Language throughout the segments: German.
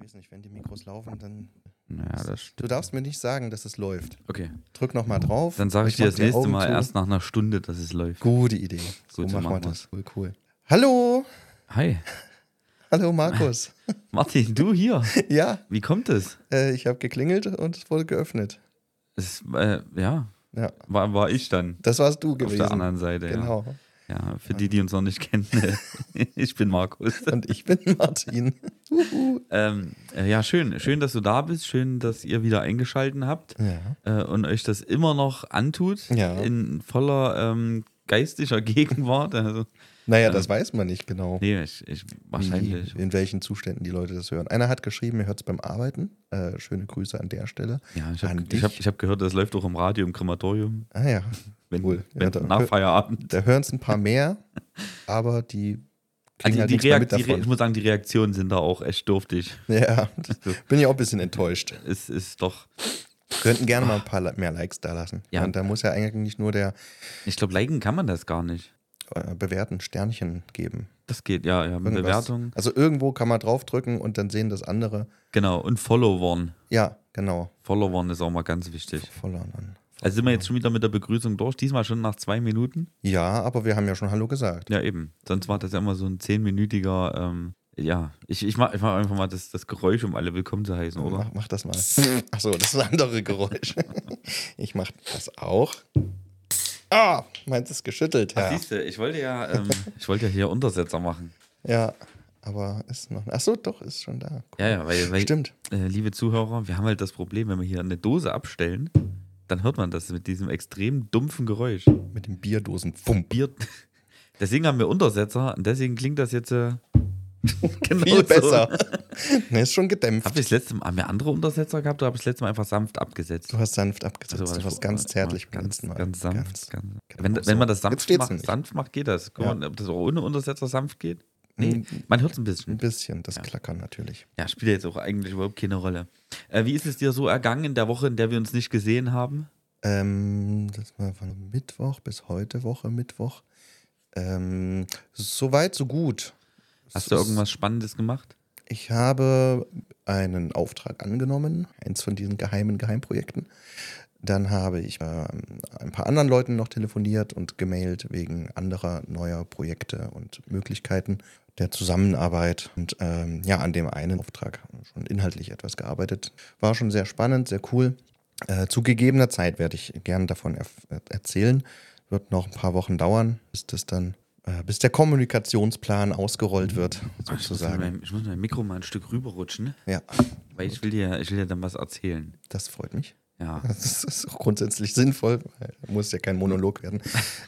weiß nicht, wenn die Mikros laufen, dann. Naja, das Du stimmt. darfst mir nicht sagen, dass es läuft. Okay, Drück nochmal drauf. dann sage ich dir mach das nächste Augen Mal zu. erst nach einer Stunde, dass es läuft. Gute Idee. So Gut, dann machen wir machen das. Cool, cool. Hallo, Hi, hallo Markus. Martin, du hier. ja, Wie kommt es? äh, ich habe geklingelt und es wurde geöffnet. es äh, ja, Ja, war, war ich dann das warst du auf gewesen. der anderen Seite. Genau. Ja. ja, für die, die uns noch nicht kennen, äh, ich bin Markus. Und ich bin Martin. Huhu. Ähm, äh, ja, schön, schön, dass du da bist. Schön, dass ihr wieder eingeschalten habt ja. äh, und euch das immer noch antut. Ja. In voller ähm, geistischer Gegenwart. Also, Naja, das weiß man nicht genau. nee, ich, ich, wahrscheinlich. Wie, in welchen Zuständen die Leute das hören. Einer hat geschrieben, ihr hört es beim Arbeiten. Äh, schöne Grüße an der Stelle. Ja, ich An habe dich? ich hab, ich hab gehört, das läuft doch im Radio, im Krematorium. Ah ja, Wenn, Cool. Ja, wenn da- nach Feierabend. da hören es ein paar mehr, aber die kriegen Also halt die nichts mehr Reak mit die Re ich davon. muss sagen, die Reaktionen sind da auch echt dürftig. Ja, bin ich auch ein bisschen enttäuscht. Es ist doch, Könnten gerne mal ein paar Li- mehr Likes da lassen. Ah. Ja. Und da muss ja eigentlich nur der ich glaube, liken kann man das gar nicht. äh, bewährten Sternchen geben. Das geht, ja, ja, mit Irgendwas. Bewertung. Also irgendwo kann man draufdrücken und dann sehen das andere. Genau, und Followern. Ja, genau. Followern ist auch mal ganz wichtig. Voller an. Also sind wir jetzt schon wieder mit der Begrüßung durch, diesmal schon nach zwei Minuten. Ja, aber wir haben ja schon Hallo gesagt. Ja, eben. Sonst war das ja immer so ein zehnminütiger, ähm, ja, ich, ich mache ich mach einfach mal das, das Geräusch, um alle willkommen zu heißen, oder? Mach, mach das mal. Achso, das ist ein anderes Geräusch. Ich mach das auch. Ah, meins ist geschüttelt, Ach, ja. Siehst du, ich wollte ja, ähm, ich wollte ja hier Untersetzer machen. Ja, aber ist noch. Achso, doch, ist schon da. Cool. Ja, ja, weil, weil Stimmt. Äh, liebe Zuhörer, wir haben halt das Problem, wenn wir hier eine Dose abstellen, dann hört man das mit diesem extrem dumpfen Geräusch. Mit dem Bierdosen. Fump. Bier. Deswegen haben wir Untersetzer und deswegen klingt das jetzt äh, genau Viel so. besser. ne, ist schon gedämpft. Hab ich das letzte Mal, haben wir andere Untersetzer gehabt oder habe ich das letzte Mal einfach sanft abgesetzt? Du hast sanft abgesetzt. Also, du ich- warst ganz zärtlich beim ganz, letzten Mal. ganz sanft. Ganz, Ganz- wenn, genau wenn man so. das Jetzt sanft steht's macht, nicht. sanft macht, geht das. Guck Ja. mal, ob das auch ohne Untersetzer sanft geht. Nee, Mm. man hört es ein Ein bisschen. bisschen, das Ja. Klackern natürlich. Ja, spielt jetzt auch eigentlich überhaupt keine Rolle. Äh, wie ist es dir so ergangen in der Woche, in der wir uns nicht gesehen haben? Ähm, das war von Mittwoch bis heute Woche, Mittwoch. Ähm, so weit, so gut. Hast Es du ist- irgendwas Spannendes gemacht? Ich habe einen Auftrag angenommen, eins von diesen geheimen Geheimprojekten. Dann habe ich ähm, ein paar anderen Leuten noch telefoniert und gemailt wegen anderer neuer Projekte und Möglichkeiten der Zusammenarbeit. Und ähm, ja, an dem einen Auftrag schon inhaltlich etwas gearbeitet. War schon sehr spannend, sehr cool. Äh, zu gegebener Zeit werde ich gern davon erf- äh, erzählen. Wird noch ein paar Wochen dauern, bis das dann, äh, bis der Kommunikationsplan ausgerollt wird, Ah, Ich muss, mit sozusagen. meinem, ich muss mit meinem Mikro mal ein Stück rüberrutschen, ne? Ja, weil ich will dir, ich will dir dann was erzählen. das freut mich. Ja. Das ist auch grundsätzlich sinnvoll. weil Muss ja kein Monolog werden.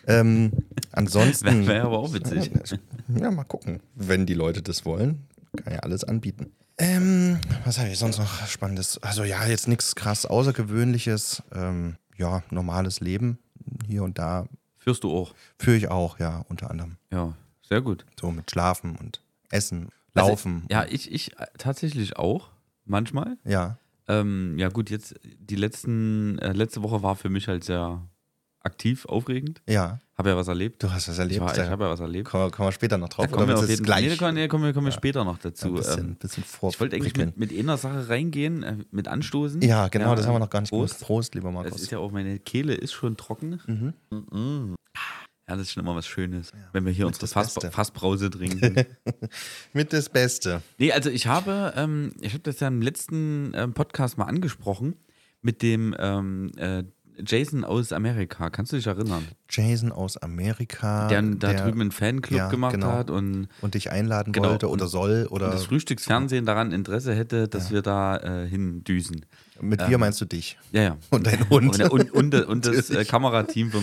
ähm, ansonsten. Wär- wär aber auch witzig. Ja, mal gucken. Wenn die Leute das wollen, kann ja alles anbieten. Ähm, was habe ich sonst noch Spannendes? Also, ja, jetzt nichts krass Außergewöhnliches. Ähm, ja, normales Leben hier und da Führst du auch. führe ich auch, ja, unter anderem. Ja, sehr gut. So mit Schlafen und Essen, Also, Laufen. Ja, ich, ich äh, tatsächlich auch. Manchmal. ja. Ähm, ja, gut, jetzt die letzten, äh, letzte Woche war für mich halt sehr aktiv, aufregend. Ja. Habe ja was erlebt. Du hast das erlebt. Ich, war- ich da habe ja was erlebt. kommen, wir, kommen wir später noch drauf. Da kommen wir willst auf du es jeden Nee, da kommen, nee, da kommen wir, kommen wir später noch Ja, ein dazu. bisschen, ähm, bisschen vor. ich wollte eigentlich mit, mit einer Sache reingehen, äh, mit anstoßen. Ja, genau, das haben wir noch gar nicht Prost. gewusst. Prost, lieber Es Markus. ist ja auch, meine Kehle ist schon trocken. mhm. Ja, das ist schon immer was Schönes, wenn wir hier Das unsere ist das Fass Beste. Fassbrause trinken. Mit das Beste. nee, also ich habe, ähm, ich habe das ja im letzten ähm, Podcast mal angesprochen mit dem ähm, äh, Jason aus Amerika. Kannst du dich erinnern? Jason aus Amerika, der da drüben einen Fanclub Ah, ja, gemacht genau. Äh, hat und und dich einladen Genau, wollte oder soll oder das Frühstücksfernsehen daran Interesse hätte, dass wir da äh, hindüsen. mit wir meinst du dich Ja, ja. und Ah, dein Hund. Und, und, und, und das äh, Kamerateam vom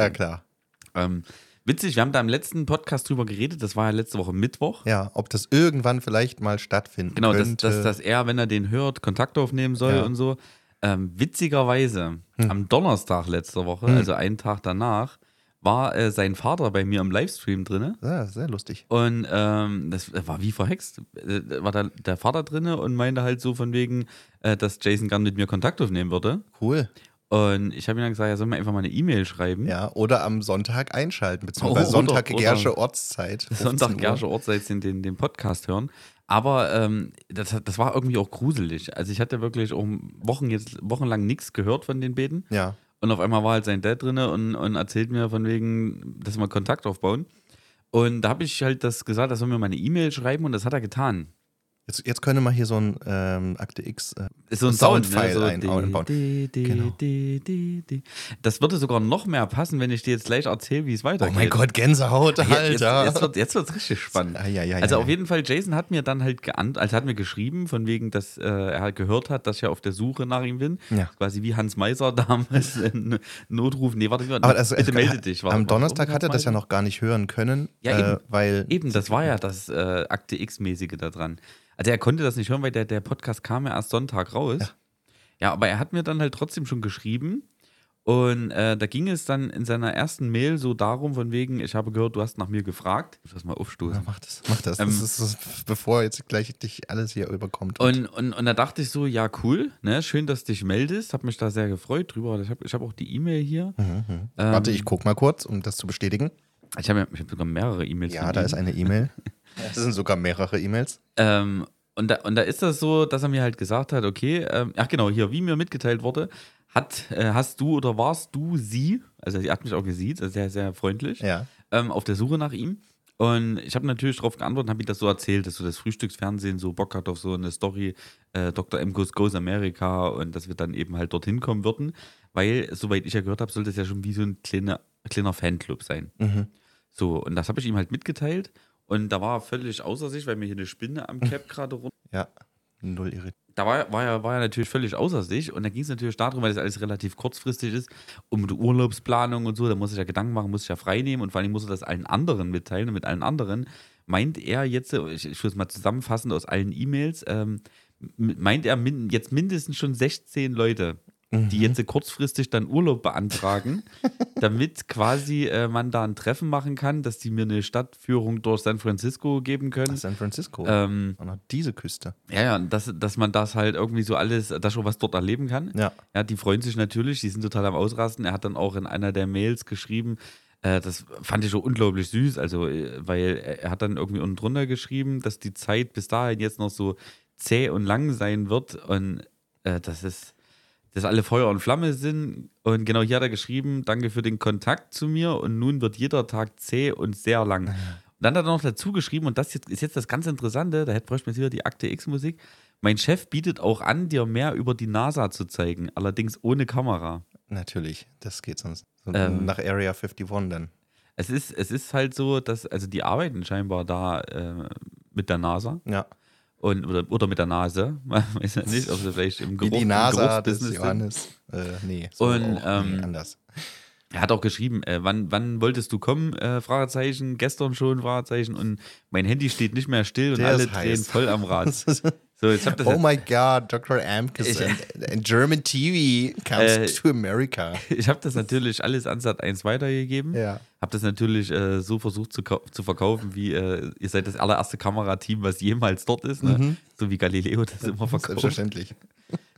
ja, klar. Ähm, witzig, wir haben da im letzten Podcast drüber geredet, das war ja letzte Woche Mittwoch. Ja, ob das irgendwann vielleicht mal stattfinden Genau, dass, könnte. dass, dass er, wenn er den hört, Kontakt aufnehmen soll Ja. Hm. und so. Ähm, witzigerweise, am Donnerstag letzter Woche, also einen Tag danach, war äh, sein Vater bei mir im Livestream drinne. ja, sehr lustig. Und ähm, das war wie verhext. Äh, da War da der Vater drinne und meinte halt so von wegen, äh, dass Jason gern mit mir Kontakt aufnehmen würde. Cool. Und ich habe ihm dann gesagt, er soll mir einfach mal eine E-Mail schreiben. Ja, oder am Sonntag einschalten, beziehungsweise Oh, Sonntag oder- Gersche Ortszeit. 15 Sonntag Uhr. Gersche Ortseits den, den, den Podcast hören. Aber ähm, das, hat- das war irgendwie auch gruselig. Also ich hatte wirklich um Wochen jetzt wochenlang nichts gehört von den Beten. Ja. Und auf einmal war halt sein Dad drin und, und erzählt mir von wegen, dass wir Kontakt aufbauen. Und da habe ich halt das gesagt, dass soll mir meine E-Mail schreiben und das hat er getan. Jetzt, jetzt könnte man hier so ein ähm, Akte X. Äh, Ist so ein Sound, Soundfile ein- ne? so einbauen. di, di, Genau. di, di, di. Das würde sogar noch mehr passen, wenn ich dir jetzt gleich erzähle, wie es weitergeht. oh Gott, Gänsehaut, Ja, Jetzt, jetzt, wird, jetzt wird's richtig spannend. Ah, ja, ja, also ja, auf ja. jeden Fall, Jason hat mir dann halt geant also hat mir geschrieben, von wegen, dass äh, er halt gehört hat, dass ich ja auf der Suche nach ihm bin. Ja. Quasi wie Hans Meiser damals in Notruf. Nee, warte, Aber das, bitte äh, melde dich. Warte, Am warte, Donnerstag warum hat er Hans das ja Meiser? noch gar nicht hören können, Ja, äh, eben. weil Eben, das war ja das äh, Akte X-mäßige da dran. Also er konnte das nicht hören, weil der, der Podcast kam ja erst Sonntag raus. Ja. aber er hat mir dann halt trotzdem schon geschrieben. Und äh, da ging es dann in seiner ersten Mail so darum, von wegen, ich habe gehört, du hast nach mir gefragt. Ich muss das mal aufstoßen. Ja, mach das, mach das. Ähm, das ist, das ist, bevor jetzt gleich dich alles hier überkommt. Und, und, und da dachte ich so, ja, cool, ne? schön, dass du dich meldest. Habe mich da sehr gefreut drüber. Ich habe ich hab auch die E-Mail hier. Mhm, Hm. ähm, Warte, ich guck mal kurz, um das zu bestätigen. Ich habe ja- ich hab sogar mehrere E-Mails. Ja, von da ihm. ist eine E-Mail. Es sind sogar mehrere E-Mails. Ähm, und, da, und da ist das so, dass er mir halt gesagt hat, okay, ähm, ach genau, hier, wie mir mitgeteilt wurde, hat, äh, hast du oder warst du sie, also sie hat mich auch gesieht, also sehr, sehr freundlich, Ja. ähm, auf der Suche nach ihm. Und ich habe natürlich darauf geantwortet und habe ihm das so erzählt, dass so das Frühstücksfernsehen so Bock hat auf so eine Story, äh, Dr. Emkos Goes America und dass wir dann eben halt dorthin kommen würden, weil, soweit ich ja gehört habe, sollte es ja schon wie so ein kleiner, kleiner Fanclub sein. Mhm. So, und das habe ich ihm halt mitgeteilt. Und da war er völlig außer sich, weil mir hier eine Spinne am Cap gerade runter. Ja. Null irritiert. Da war, er- war, er, war er natürlich völlig außer sich. Und da ging es natürlich darum, weil das alles relativ kurzfristig ist, um die Urlaubsplanung und so. Da muss ich ja Gedanken machen, muss ich ja freinehmen. Und vor allem muss er das allen anderen mitteilen. Und mit allen anderen meint er jetzt, ich, ich will es mal zusammenfassen aus allen E-Mails, ähm, m- meint er min, jetzt mindestens schon 16 Leute, die jetzt kurzfristig dann Urlaub beantragen, damit quasi äh, man da ein Treffen machen kann, dass die mir eine Stadtführung durch San Francisco geben können. San Francisco. Ähm, Und hat diese Küste. ja, ja, und dass, dass man das halt irgendwie so alles, das schon was dort erleben kann. Ja. Ja, die freuen sich natürlich, die sind total am Ausrasten. Er hat dann auch in einer der Mails geschrieben, äh, das fand ich schon unglaublich süß, also, äh, weil er er hat dann irgendwie unten drunter geschrieben, dass die Zeit bis dahin jetzt noch so zäh und lang sein wird und äh, das ist dass alle Feuer und Flamme sind. Und genau hier hat er geschrieben, danke für den Kontakt zu mir und nun wird jeder Tag zäh und sehr lang. Und dann hat er noch dazu geschrieben, und das jetzt, ist jetzt das ganz Interessante, da hätte bräuchte man jetzt wieder die Akte X-Musik. Mein Chef bietet auch an, dir mehr über die NASA zu zeigen, allerdings ohne Kamera. Natürlich. Das geht sonst. So Ähm. nach Area 51 dann. Es ist, es ist halt so, dass, also die arbeiten scheinbar da äh, mit der NASA. Ja. Und, oder, oder mit der Nase. Weiß ja nicht, ob sie vielleicht im Wie Geruch, die im NASA Geruchsbusiness des sind. Johannes. Äh, nee. Und, ähm, nee, anders. Er hat auch geschrieben, äh, wann, wann wolltest du kommen? Äh, Fragezeichen, gestern schon, Fragezeichen. Und mein Handy steht nicht mehr still und Der alle ist heiß. drehen voll am Rad. So, jetzt hab das Oh my God, Dr. Amkes Ich- and, and German TV comes Äh, to America. ich habe das natürlich alles an Sat 1 weitergegeben. Ja. Habe das natürlich äh, so versucht zu, kau- zu verkaufen, wie äh, ihr seid das allererste Kamerateam, was jemals dort ist. Ne? So wie Galileo das immer verkauft. Mhm. Selbstverständlich.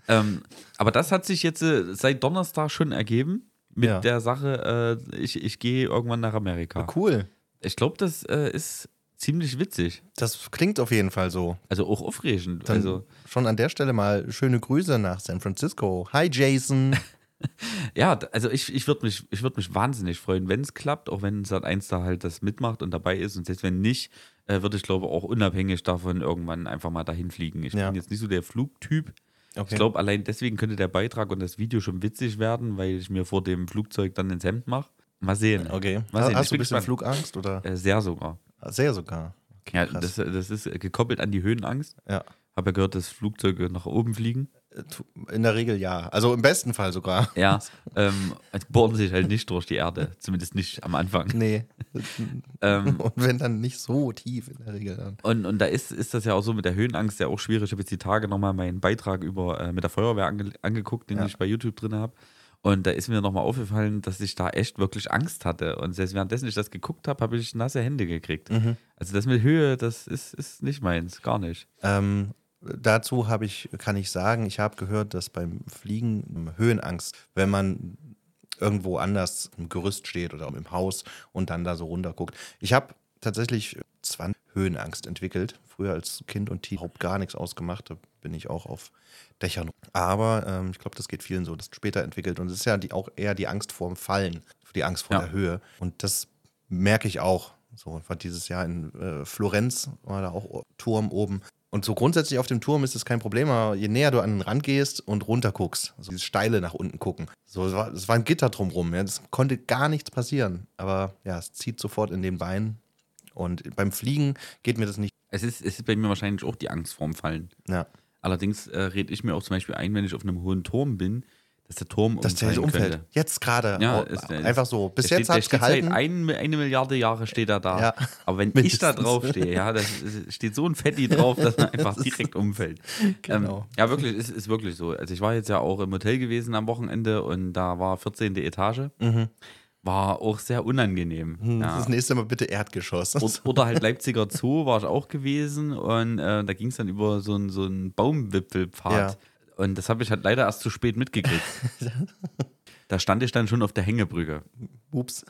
Ähm, aber das hat sich jetzt äh, seit Donnerstag schon ergeben mit Ja. der Sache, äh, ich, ich gehe irgendwann nach Amerika. Cool. Ich glaube, das äh, ist ziemlich witzig. Das klingt auf jeden Fall so. Also auch aufregend. Dann also, schon an der Stelle mal schöne Grüße nach San Francisco. Hi Jason. ja, d- also ich, ich würde mich, ich würd mich wahnsinnig freuen, wenn es klappt, auch wenn Sat1 da halt das mitmacht und dabei ist. Und selbst wenn nicht, äh, würde ich glaube auch unabhängig davon irgendwann einfach mal dahin fliegen. Ich Ja. bin jetzt nicht so der Flugtyp. Okay. Ich glaube, allein deswegen könnte der Beitrag und das Video schon witzig werden, weil ich mir vor dem Flugzeug dann ins Hemd mache. Mal sehen. Okay. Mal Hast du ein sehen. Ich bin bisschen gespannt. Flugangst oder? Ah, Äh, sehr sogar. Sehr sogar. Okay, Ja, krass. das, das ist äh, gekoppelt an die Höhenangst. ja. Habe ja gehört, dass Flugzeuge nach oben fliegen. Äh, tu- In der Regel ja. Also im besten Fall sogar. Ja, ähm, es bohren sich halt nicht durch die Erde, zumindest nicht am Anfang. Nee. Ähm, Und wenn dann nicht so tief in der Regel dann. und, und da ist, ist das ja auch so mit der Höhenangst ja auch schwierig. Ich habe jetzt die Tage nochmal meinen Beitrag über äh, mit der Feuerwehr ange angeguckt, den Ja. ich bei YouTube drin habe. Und da ist mir nochmal aufgefallen, dass ich da echt wirklich Angst hatte. Und selbst währenddessen ich das geguckt habe, habe ich nasse Hände gekriegt. Also das mit Höhe, das ist, ist nicht meins, gar nicht. Ähm, dazu habe ich, kann ich sagen, ich habe gehört, dass beim Fliegen Höhenangst, wenn man irgendwo anders im Gerüst steht oder im Haus und dann da so runter guckt. Ich habe tatsächlich 20 Höhenangst entwickelt. Früher als Kind und Teenie überhaupt gar nichts ausgemacht. Da bin ich auch auf Dächern. Aber ähm, ich glaube, das geht vielen so, das ist später entwickelt. Und es ist ja die, auch eher die Angst vorm Fallen, die Angst vor Ja. der Höhe. Und das merke ich auch. So, ich war dieses Jahr in äh, Florenz, war da auch o- Turm oben. Und so grundsätzlich auf dem Turm ist es kein Problem, aber je näher du an den Rand gehst und runter guckst, also dieses Steile nach unten gucken. So, es war, es war ein Gitter drumrum, ja, das konnte gar nichts passieren. Aber ja, es zieht sofort in den Beinen. Und beim Fliegen geht mir das nicht. Es ist, es ist bei mir wahrscheinlich auch die Angst vorm Fallen. Ja. Allerdings äh, rede ich mir auch zum Beispiel ein, wenn ich auf einem hohen Turm bin, dass der Turm dass der so umfällt. könnte. Jetzt gerade. Ja, au- ist- Oh, einfach so. Bis Der jetzt steht, hat der es steht gehalten. Seit ein, eine Milliarde Jahre steht er da. Ja. Aber wenn ich Mindestens. da drauf stehe, ja, das ist- steht so ein Fetti drauf, dass er einfach direkt umfällt. Genau. Ähm, ja, wirklich, ist, ist wirklich so. Also ich war jetzt ja auch im Hotel gewesen am Wochenende und da war 14. Etage. War auch sehr unangenehm. ja. Mhm. Hm, Das ist das nächste Mal bitte Erdgeschoss. O- Oder halt Leipziger Zoo war ich auch gewesen und äh, da ging es dann über so einen so einen Baumwipfelpfad. Ja. Und das habe ich halt leider erst zu spät mitgekriegt. da stand ich dann schon auf der Hängebrücke. Ups.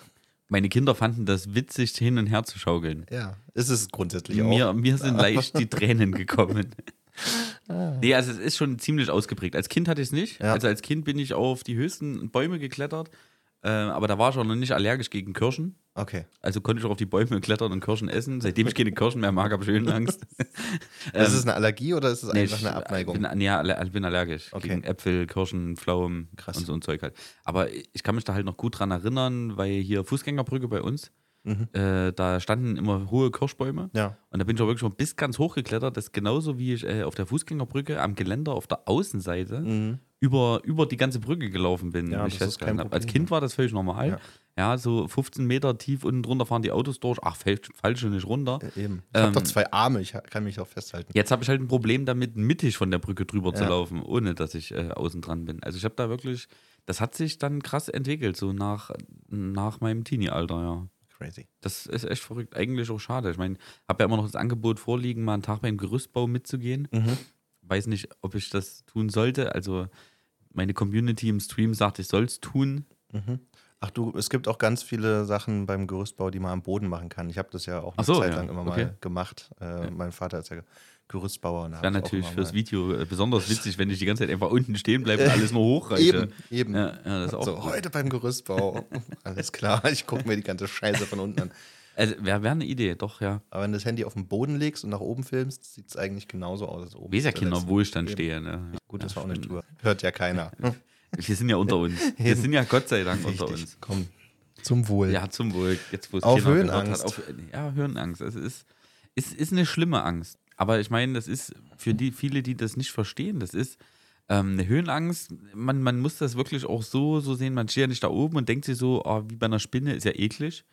Meine Kinder fanden das witzig, hin und her zu schaukeln. Ja, ist es grundsätzlich auch. Mir, mir sind leicht die Tränen gekommen. Nee, also es ist schon ziemlich ausgeprägt. Als Kind hatte ich es nicht. Ah. Ja. Also als Kind bin ich auf die höchsten Bäume geklettert, äh, aber da war ich auch noch nicht allergisch gegen Kirschen. Okay. Also konnte ich auch auf die Bäume klettern und Kirschen essen. Seitdem ich keine Kirschen mehr mag, habe ich Höhenangst. Ist es eine Allergie oder ist es Ähm, Nee, einfach ich eine Abneigung? Bin, nee, alle- ich bin allergisch Okay. gegen Äpfel, Kirschen, Pflaumen Krass. und so ein Zeug halt. Aber ich kann mich da halt noch gut dran erinnern, weil hier Fußgängerbrücke bei uns, äh, da standen immer hohe Kirschbäume. Mhm. Ja. Und da bin ich auch wirklich schon bis ganz hoch geklettert. Das ist genauso wie ich äh, auf der Fußgängerbrücke am Geländer auf der Außenseite über, über die ganze Brücke gelaufen bin. Mhm. Ja, wie das ist kein festgehalten hab. Problem, Als ne? Kind war das völlig normal. Ja. Ja. so 15 Meter tief unten drunter fahren die Autos durch. Ach, fällt, fällt schon nicht runter. Eben. Ich hab Ähm, habe doch zwei Arme, ich ha- kann mich doch festhalten. Jetzt habe ich halt ein Problem damit, mittig von der Brücke drüber zu Ja. laufen, ohne dass ich äh, außen dran bin. Also ich habe da wirklich, das hat sich dann krass entwickelt, so nach, nach meinem Teenie-Alter, ja. Crazy. Das ist echt verrückt, eigentlich auch schade. Ich meine, habe ja immer noch das Angebot vorliegen, mal einen Tag beim Gerüstbau mitzugehen. Mhm. Weiß nicht, ob ich das tun sollte. Also meine Community im Stream sagt, ich soll es tun. Ach du, es gibt auch ganz viele Sachen beim Gerüstbau, die man am Boden machen kann. Ich habe das ja auch Ach eine so, Zeit ja. lang immer Okay. mal gemacht. Äh, Mein Vater ist ja Gerüstbauer. und da hab Wäre ich auch natürlich immer fürs mal- Video äh, besonders witzig, wenn ich die ganze Zeit einfach unten stehen bleibe und alles nur hochreiche. Eben, eben. Ja, ja, das ist auch So, heute beim Gerüstbau. Alles klar, ich gucke mir die ganze Scheiße von unten an. Also wäre wär eine Idee, doch, ja. Aber wenn du das Handy auf den Boden legst und nach oben filmst, sieht es eigentlich genauso aus als oben. Weiß ja Der keiner, letzte. wo ich dann stehe. Ne? Gut, das war auch eine Tour. Hört ja keiner. Wir sind ja unter uns. Wir sind ja Gott sei Dank unter uns. Komm. Zum Wohl. Ja, zum Wohl. Jetzt, wo es Auf keiner gehört Höhenangst. Hat, auf, ja, Höhenangst. Es ist, ist, ist eine schlimme Angst. Aber ich meine, das ist für die viele, die das nicht verstehen, das ist ähm, eine Höhenangst. Man, man muss das wirklich auch so, so sehen. Man steht ja nicht da oben und denkt sich so, oh, wie bei einer Spinne, ist ja eklig.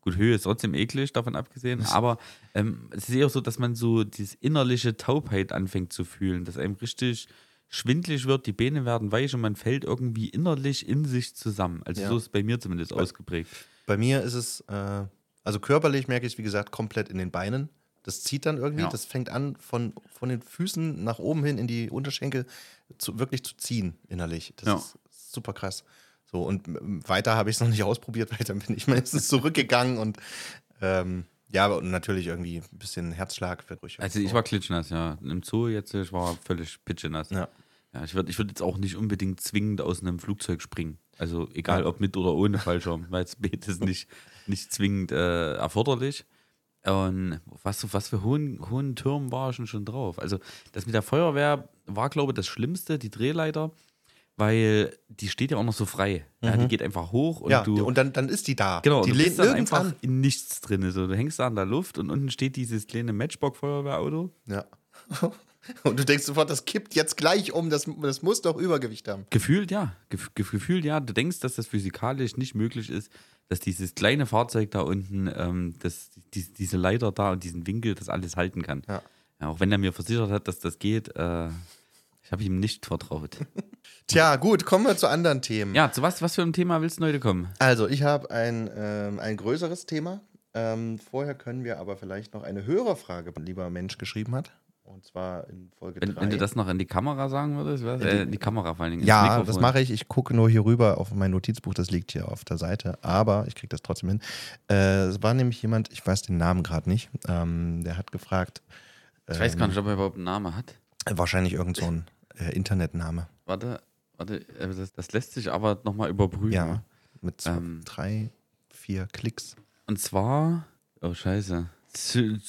Gut, Höhe ist trotzdem eklig, davon abgesehen. Aber ähm, es ist eher so, dass man so diese innerliche Taubheit anfängt zu fühlen, dass einem richtig schwindlig wird, die Beine werden weich und man fällt irgendwie innerlich in sich zusammen. Also Ja. so ist es bei mir zumindest ausgeprägt. Bei mir ist es, äh, also körperlich merke ich es, wie gesagt, komplett in den Beinen. Das zieht dann irgendwie, Ja. das fängt an, von, von den Füßen nach oben hin in die Unterschenkel zu, wirklich zu ziehen innerlich. Das Ja. ist super krass. So, und ähm, weiter habe ich es noch nicht ausprobiert, weil dann bin ich meistens zurückgegangen und ähm, ja, aber- und natürlich irgendwie ein bisschen Herzschlag wird ruhig. Also ich war klitschnass, ja. Im Zoo jetzt, ich war völlig pitschenass. Ja. Ja, ich würde ich würd jetzt auch nicht unbedingt zwingend aus einem Flugzeug springen. Also egal, ob mit oder ohne Fallschirm, weil es ist nicht, nicht zwingend äh, erforderlich. Und was, was für hohen, hohen Türmen war ich denn schon drauf? Also das mit der Feuerwehr war, glaube ich, das Schlimmste, die Drehleiter, weil die steht ja auch noch so frei. Ja, die geht einfach hoch und Mhm. ja, du... und dann, dann ist die da. Genau, die du lehnt bist dann nirgends einfach an. in nichts drin. So, du hängst da an der Luft und unten steht dieses kleine Matchbox-Feuerwehrauto. Ja. Und du denkst sofort, das kippt jetzt gleich um, das, das muss doch Übergewicht haben. Gefühlt ja. Gef gef- gefühlt ja. Du denkst, dass das physikalisch nicht möglich ist, dass dieses kleine Fahrzeug da unten, ähm, das, die, diese Leiter da und diesen Winkel, das alles halten kann. Ja. auch wenn er mir versichert hat, dass das geht, äh, ich habe ihm nicht vertraut. Tja, gut, kommen wir zu anderen Themen. ja, zu was, was für einem Thema willst du heute kommen? Also, ich habe ein, ähm, ein größeres Thema. Ähm, vorher können wir aber vielleicht noch eine Hörerfrage, die ein lieber Mensch geschrieben hat. Und zwar in Folge Wenn, 3. wenn du das noch in die Kamera sagen würdest, was? In die- Äh, in die Kamera vor allen Dingen. ins ja, Mikrofon. das mache ich. Ich gucke nur hier rüber auf mein Notizbuch, das liegt hier auf der Seite, aber ich kriege das trotzdem hin. Äh, es war nämlich jemand, ich weiß den Namen gerade nicht, ähm, der hat gefragt. ähm, Ich weiß gar nicht, ob er überhaupt einen Namen hat. Wahrscheinlich irgend so ein äh, Internetname. Warte, warte, äh, das, das lässt sich aber nochmal überprüfen. Ja. Mit zwei, Mhm. Ähm. drei, vier Klicks. Und zwar. Oh, scheiße. Z-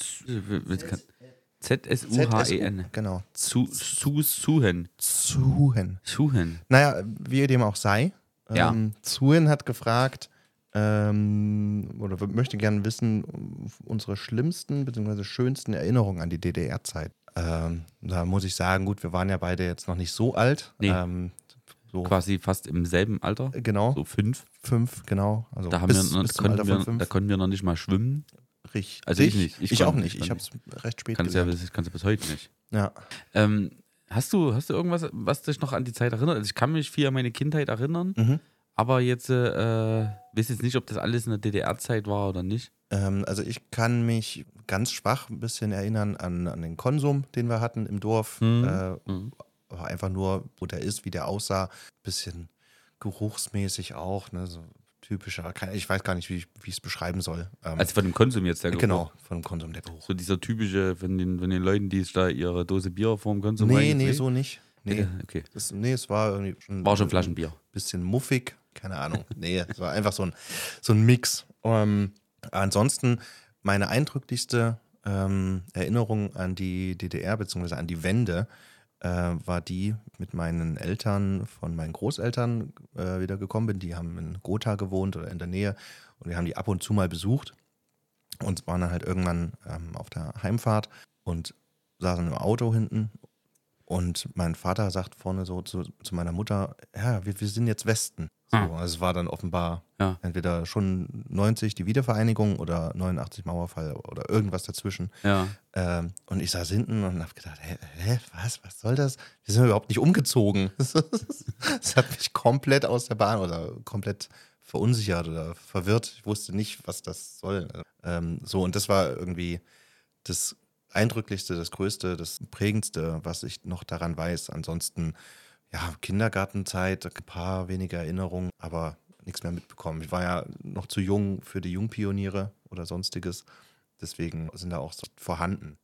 Z- Z-S-U-H-E-N. Genau. E Zu- Su- Suhen. Zuhen. Suhen. Naja, wie dem auch sei. Ja. Ähm, Zuhin hat gefragt ähm, oder w- möchte gerne wissen, um, unsere schlimmsten bzw. schönsten Erinnerungen an die DDR-Zeit. Ähm, da muss ich sagen, gut, wir waren ja beide jetzt noch nicht so alt. Nee. Ähm, so, Quasi fast im selben Alter. genau, So fünf. fünf, genau. Also Da, haben bis, wir, noch- bis zum konnten Alter von wir, da fünf. konnten wir noch nicht mal schwimmen. Richtig. also ich nicht. Ich, Ich auch konnte- nicht. ich Ich habe konnte es recht spät Kannst ja, gelernt. bis- kannst ja bis heute nicht. Ja. Ähm, hast, du, hast du irgendwas, was dich noch an die Zeit erinnert? Also ich kann mich viel an meine Kindheit erinnern, Mhm. aber jetzt äh, äh, weiß jetzt nicht, ob das alles in der DDR-Zeit war oder nicht. Ähm, also ich kann mich ganz schwach ein bisschen erinnern an, an den Konsum, den wir hatten im Dorf. Mhm. Äh, Mhm. aber einfach nur, wo der ist, wie der aussah. Bisschen geruchsmäßig auch, ne? so typischer. kein- Ich weiß gar nicht, wie ich es beschreiben soll. Ähm, Also von dem Konsum jetzt der Geruch. genau, von dem Konsum der Geruch. So dieser typische, von den, von den Leuten, die sich da ihre Dose Bier vorm Konsum nee, reingedreht- nee, so nicht. Nee. Äh, Okay. Das, nee, es war irgendwie schon, War schon Flaschenbier. bisschen muffig, keine Ahnung. Nee, es war einfach so ein, so ein Mix. Ähm, ansonsten meine eindrücklichste ähm, Erinnerung an die DDR bzw. an die Wende äh, war die mit meinen Eltern von meinen Großeltern äh, wieder gekommen bin. Die haben in Gotha gewohnt oder in der Nähe und wir haben die ab und zu mal besucht und waren dann halt irgendwann ähm, auf der Heimfahrt und saßen im Auto hinten und mein Vater sagt vorne so zu, zu meiner Mutter, ja, wir, wir sind jetzt Westen. So, Hm. also es war dann offenbar Ja. entweder schon 90 die Wiedervereinigung oder 89 Mauerfall oder irgendwas dazwischen. Ja. Ähm, und ich saß hinten und habe gedacht, hä, hä, was, was soll das? Wir sind überhaupt nicht umgezogen. Das hat mich komplett aus der Bahn oder komplett verunsichert oder verwirrt. Ich wusste nicht, was das soll. Ähm, so, und das war irgendwie das Eindrücklichste, das Größte, das Prägendste, was ich noch daran weiß. Ansonsten, ja, Kindergartenzeit, ein paar wenige Erinnerungen, aber nichts mehr mitbekommen. Ich war ja noch zu jung für die Jungpioniere oder sonstiges. Deswegen sind da auch so vorhanden.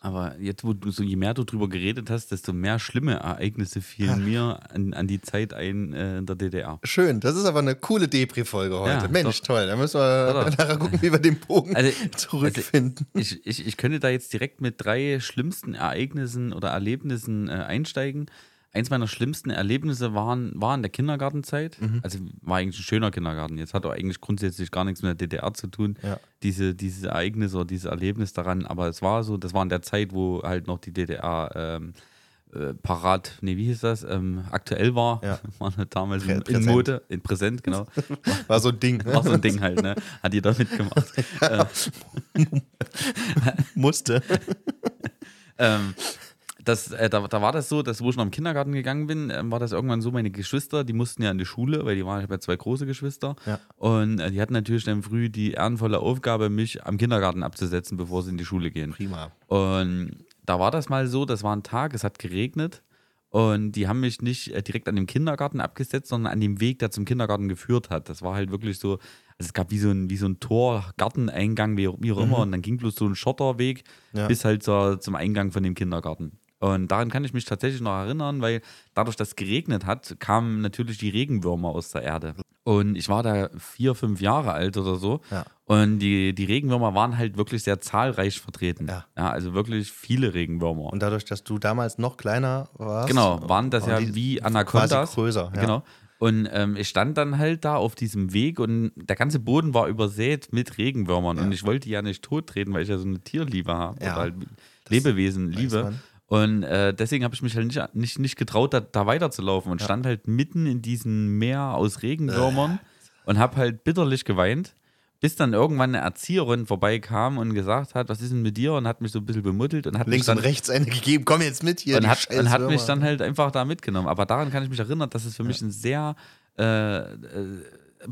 Aber jetzt, wo du so, je mehr du drüber geredet hast, desto mehr schlimme Ereignisse fielen mir an, an die Zeit ein äh, in der DDR. Schön, das ist aber eine coole Depri-Folge heute. Ja, Mensch, toll. Da müssen wir Doch, doch. nachher gucken, wie wir den Bogen Also, zurückfinden. Ich, ich, ich könnte da jetzt direkt mit drei schlimmsten Ereignissen oder Erlebnissen äh, einsteigen. Eins meiner schlimmsten Erlebnisse waren, war in der Kindergartenzeit. Also war eigentlich ein schöner Kindergarten. Jetzt hat er eigentlich grundsätzlich gar nichts mit der DDR zu tun, Ja. diese, dieses Ereignis oder dieses Erlebnis daran. Aber es war so, das war in der Zeit, wo halt noch die DDR ähm, äh, parat, nee, wie hieß das, ähm, aktuell war. Ja. War halt damals Prä- in, in präsent. Mode, in Präsent, genau. War so ein Ding. Ne? War so ein Ding halt, ne? Hat jeder mitgemacht. Äh, Musste. ähm, das, äh, da, da war das so, dass wo ich noch im Kindergarten gegangen bin, ähm, war das irgendwann so, meine Geschwister, die mussten ja in die Schule, weil die waren, ich habe ja zwei große Geschwister. Ja. Und äh, die hatten natürlich dann früh die ehrenvolle Aufgabe, mich am Kindergarten abzusetzen, bevor sie in die Schule gehen. Prima. Und da war das mal so, das war ein Tag, es hat geregnet. Und die haben mich nicht äh, direkt an dem Kindergarten abgesetzt, sondern an dem Weg, der zum Kindergarten geführt hat. Das war halt wirklich so, also es gab wie so ein, wie so ein Tor, Garteneingang, wie, wie auch immer. Und dann ging bloß so ein Schotterweg Mhm. Ja. bis halt zur, zum Eingang von dem Kindergarten. Und daran kann ich mich tatsächlich noch erinnern, weil dadurch, dass es geregnet hat, kamen natürlich die Regenwürmer aus der Erde. Und ich war da vier, fünf Jahre alt oder so. Ja. Und die, die Regenwürmer waren halt wirklich sehr zahlreich vertreten. Ja. also wirklich viele Regenwürmer. Und dadurch, dass du damals noch kleiner warst. genau, waren das ja die wie Anacondas. Quasi größer. Ja. Genau. Und ähm, ich stand dann halt da auf diesem Weg und der ganze Boden war übersät mit Regenwürmern. Und ich wollte die ja nicht tottreten, weil ich ja so eine Tierliebe habe. Ja, Oder halt Lebewesen liebe. man. Und äh, deswegen habe ich mich halt nicht, nicht, nicht getraut, da, da weiterzulaufen und stand halt mitten in diesem Meer aus Regenwürmern Äh. und habe halt bitterlich geweint, bis dann irgendwann eine Erzieherin vorbeikam und gesagt hat, was ist denn mit dir? Und hat mich so ein bisschen bemuttelt und hat mich Links dann und rechts eine gegeben. Komm jetzt mit hier. und die hat, scheiß und hat mich Würmer. dann halt einfach da mitgenommen. Aber daran kann ich mich erinnern, dass es für mich ein sehr äh, äh,